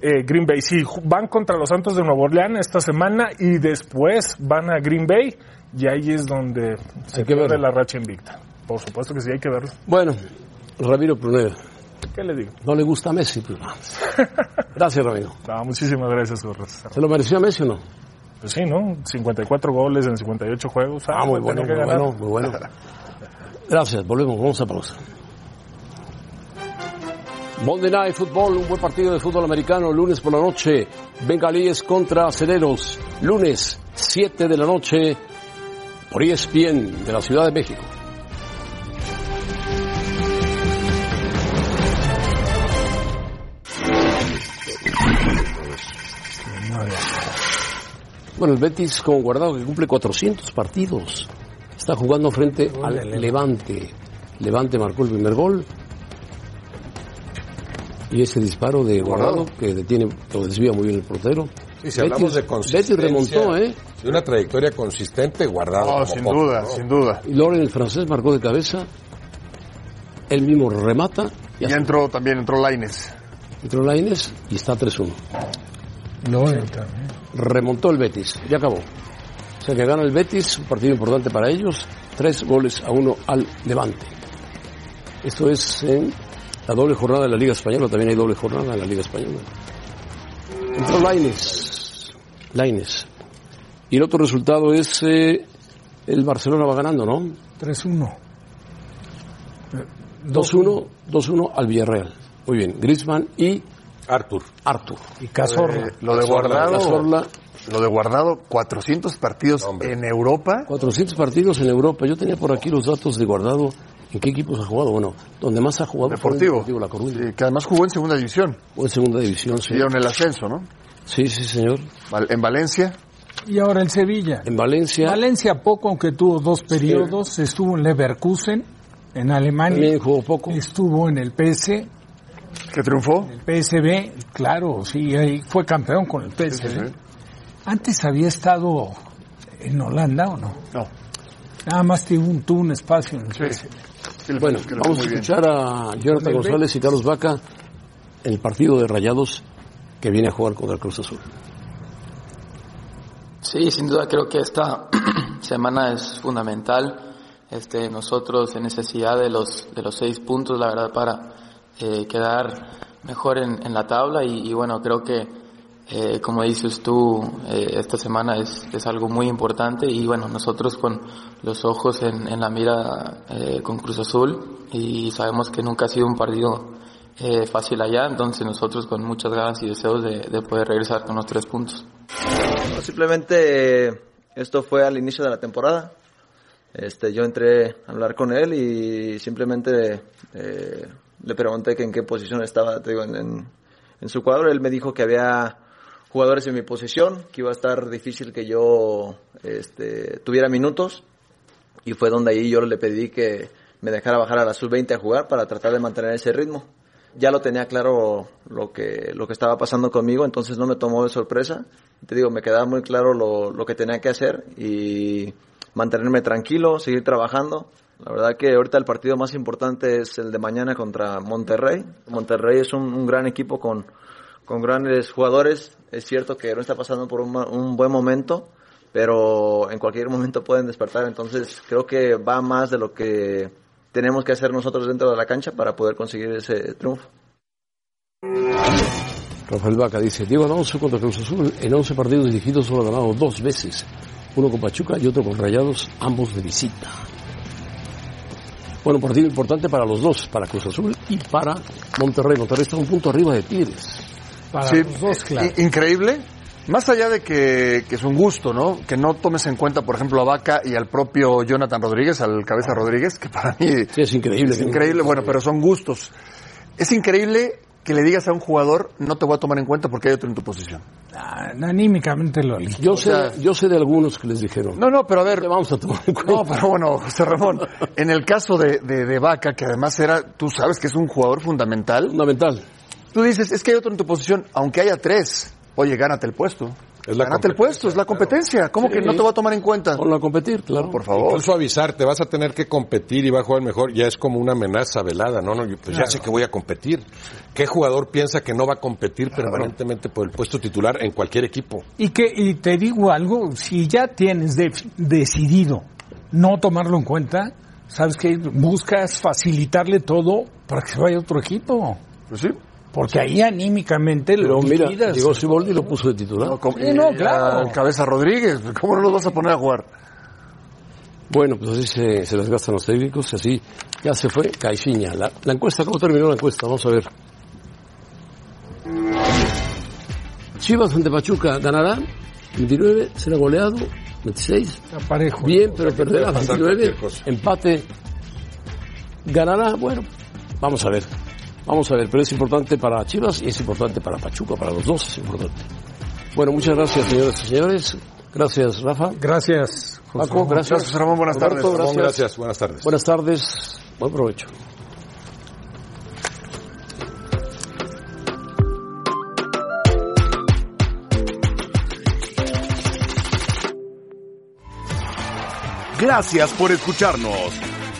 Speaker 13: eh, Green Bay, sí, ju- van contra los Santos de Nueva Orleans esta semana y después van a Green Bay y ahí es donde se
Speaker 2: Hay que
Speaker 13: pierde
Speaker 2: verlo.
Speaker 13: la racha invicta. Por supuesto que sí, hay que verlo.
Speaker 2: Bueno, Ramiro Pruneda.
Speaker 13: ¿Qué le digo?
Speaker 2: No le gusta a Messi,
Speaker 13: (laughs)
Speaker 2: pero no. Gracias, Ramiro.
Speaker 13: No, muchísimas gracias, Gorras.
Speaker 2: ¿Se lo mereció a Messi o no?
Speaker 13: Pues sí, ¿no? 54 goles en 58 juegos.
Speaker 2: Ah, muy bueno,
Speaker 13: Tenía
Speaker 2: muy
Speaker 13: que ganar.
Speaker 2: bueno, muy bueno. Gracias, volvemos, vamos a pausa. Monday Night Football, un buen partido de fútbol americano, lunes por la noche, Bengalíes contra Acereros, lunes 7 de la noche, por E ESPN de la Ciudad de México. Bueno, el Betis con Guardado que cumple 400 partidos. Está jugando frente al Levante. Levante marcó el primer gol. Y ese disparo de Guardado que detiene, lo desvía muy bien el portero.
Speaker 5: Y si hablamos de consistencia.
Speaker 2: Betis remontó, ¿eh?
Speaker 5: De una trayectoria consistente guardada.
Speaker 3: No,
Speaker 5: Ah,
Speaker 2: Oh,
Speaker 5: como
Speaker 3: Oh, sin
Speaker 5: poco,
Speaker 3: duda,
Speaker 5: ¿no?
Speaker 3: sin duda.
Speaker 2: Y Loren, el francés, marcó de cabeza. Él mismo remata. Y
Speaker 3: Ya
Speaker 2: hace-
Speaker 3: entró también, entró Laines.
Speaker 2: entró Lainez y está 3-1. Remontó el Betis. Ya acabó. O sea que gana el Betis, un partido importante para ellos. Tres goles a uno al Levante. Esto es en la doble jornada de la Liga Española. También hay doble jornada en la Liga Española. Entró Lainez. Lainez. Y el otro resultado es eh, el Barcelona va ganando, ¿no?
Speaker 4: 3-1.
Speaker 2: 2-1, 2-1 al Villarreal. Muy bien, Griezmann y
Speaker 5: Artur.
Speaker 2: Artur.
Speaker 3: Y Cazorla. Eh, lo de Guardado. Lo de Guardado, 400 partidos en Europa.
Speaker 2: 400 partidos en Europa. Yo tenía por aquí los datos de Guardado. ¿En qué equipos ha jugado? Bueno, donde más ha jugado fue en
Speaker 3: Deportivo.
Speaker 2: Deportivo La Coruña.
Speaker 3: Sí, que además jugó en segunda división.
Speaker 2: Jugó en segunda división, sí.
Speaker 3: Dieron el ascenso, ¿no?
Speaker 2: Sí, sí, señor.
Speaker 3: En Valencia.
Speaker 4: Y ahora el Sevilla.
Speaker 2: En Valencia.
Speaker 4: Valencia poco, aunque tuvo dos periodos. Estuvo en Leverkusen, en Alemania.
Speaker 2: También jugó poco.
Speaker 4: Estuvo en el PS.
Speaker 3: ¿Que triunfó?
Speaker 4: El PSB, claro, sí, ahí fue campeón con el PSB. Antes había estado en Holanda, ¿o no?
Speaker 3: No.
Speaker 4: Nada más tuvo un, tuvo un espacio en el PSV.
Speaker 2: Bueno,
Speaker 4: que le fue
Speaker 2: vamos a
Speaker 4: muy bien.
Speaker 2: escuchar a Jonathan
Speaker 4: Con el
Speaker 2: González y Carlos Vaca en el partido de Rayados que viene a jugar contra el Cruz Azul.
Speaker 14: Sí, sin duda creo que esta (clears throat) semana es fundamental. Este, nosotros en necesidad de los, de los seis puntos, la verdad, para eh, quedar mejor en, en la tabla. Y, y bueno, creo que, eh, como dices tú, eh, esta semana es, es algo muy importante. Y bueno, nosotros con los ojos en, en la mira eh, con Cruz Azul y sabemos que nunca ha sido un partido eh, fácil allá. Entonces nosotros con muchas ganas y deseos de- de poder regresar con los tres puntos.
Speaker 15: No, Simplemente eh, esto fue al inicio de la temporada. Este, yo entré a hablar con él y simplemente eh, le pregunté que en qué posición estaba te digo, en, en- en su cuadro. Él me dijo que había jugadores en mi posición, que iba a estar difícil que yo este, tuviera minutos. Y fue donde ahí yo le pedí que me dejara bajar a la sub-20 a jugar para tratar de mantener ese ritmo. Ya lo tenía claro lo que, lo que estaba pasando conmigo, entonces no me tomó de sorpresa te digo, me quedaba muy claro lo, lo que tenía que hacer y mantenerme tranquilo, seguir trabajando. La verdad que ahorita el partido más importante es el de mañana contra Monterrey. Monterrey es un, un gran equipo con, con grandes jugadores. Es cierto que no está pasando por un, ma- un buen momento, pero en cualquier momento pueden despertar. Entonces creo que va más de lo que tenemos que hacer nosotros dentro de la cancha para poder conseguir ese triunfo.
Speaker 2: Rafael Vaca dice, Diego Alonso contra Cruz Azul en 11 partidos dirigidos solo ha ganado dos veces, uno con Pachuca y otro con Rayados, ambos de visita. Bueno, partido importante para los dos, para Cruz Azul y para Monterrey. Monterrey está un punto arriba de Tigres.
Speaker 3: Sí, i- Increíble. Más allá de que, que es un gusto, ¿no? Que no tomes en cuenta, por ejemplo, a Vaca y al propio Jonathan Rodríguez, al Cabeza Rodríguez, que para mí
Speaker 2: es increíble.
Speaker 3: Es increíble, bueno, pero son gustos. Es increíble que le digas a un jugador, no te voy a tomar en cuenta porque hay otro en tu posición.
Speaker 4: Ah, Anímicamente lo alivia.
Speaker 2: Yo sé, yo sé de algunos que les dijeron.
Speaker 3: No, no, pero a ver.
Speaker 2: vamos a tomar
Speaker 3: No, pero bueno, José Ramón, en el caso de, de, de Vaca, que además era, tú sabes que es un jugador fundamental.
Speaker 2: Fundamental.
Speaker 3: Tú dices, es que hay otro en tu posición, aunque haya tres. Oye, gánate el puesto. gánate el puesto, es la competencia. ¿Cómo que no te va a tomar en cuenta?
Speaker 2: Ponlo a competir, claro.
Speaker 3: por favor.
Speaker 5: Incluso avisarte, vas a tener que competir y va a jugar mejor, ya es como una amenaza velada, ¿no? no yo, pues
Speaker 3: Claro.
Speaker 5: ya sé que voy a competir. ¿Qué jugador piensa que no va a competir permanentemente por el puesto titular en cualquier equipo?
Speaker 4: Y que y te digo algo, si ya tienes de- decidido no tomarlo en cuenta, sabes que buscas facilitarle todo para que se vaya a otro equipo.
Speaker 3: Pues sí.
Speaker 4: Porque ahí anímicamente
Speaker 2: Pero
Speaker 4: lo
Speaker 2: mira,
Speaker 4: liquidas.
Speaker 2: llegó Siboldi y lo puso de titular.
Speaker 4: Sí, no, claro.
Speaker 3: Al cabeza Rodríguez, ¿cómo no los vas a poner a jugar?
Speaker 2: Bueno, pues así se, se las gastan los técnicos, así ya se fue Caixinha. La, la encuesta, ¿cómo terminó la encuesta? Vamos a ver. Chivas ante Pachuca, ¿ganará? 29, será goleado, 26.
Speaker 4: parejo.
Speaker 2: Bien, pero perderá
Speaker 4: Puede pasar
Speaker 2: 29.
Speaker 4: cualquier cosa.
Speaker 2: Empate. ¿Ganará? Bueno, vamos a ver. Vamos a ver, pero es importante para Chivas y es importante para Pachuca, para los dos es importante. Bueno, muchas gracias, señoras y señores. Gracias, Rafa.
Speaker 4: Gracias,
Speaker 2: Paco. Gracias. Roberto,
Speaker 5: Ramón,
Speaker 2: gracias.
Speaker 5: gracias. Buenas tardes.
Speaker 2: Buenas tardes, buen provecho.
Speaker 1: Gracias por escucharnos.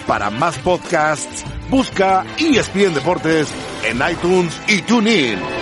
Speaker 1: Para más podcasts, busca ESPN Deportes en iTunes y TuneIn.
Speaker 13: (laughs)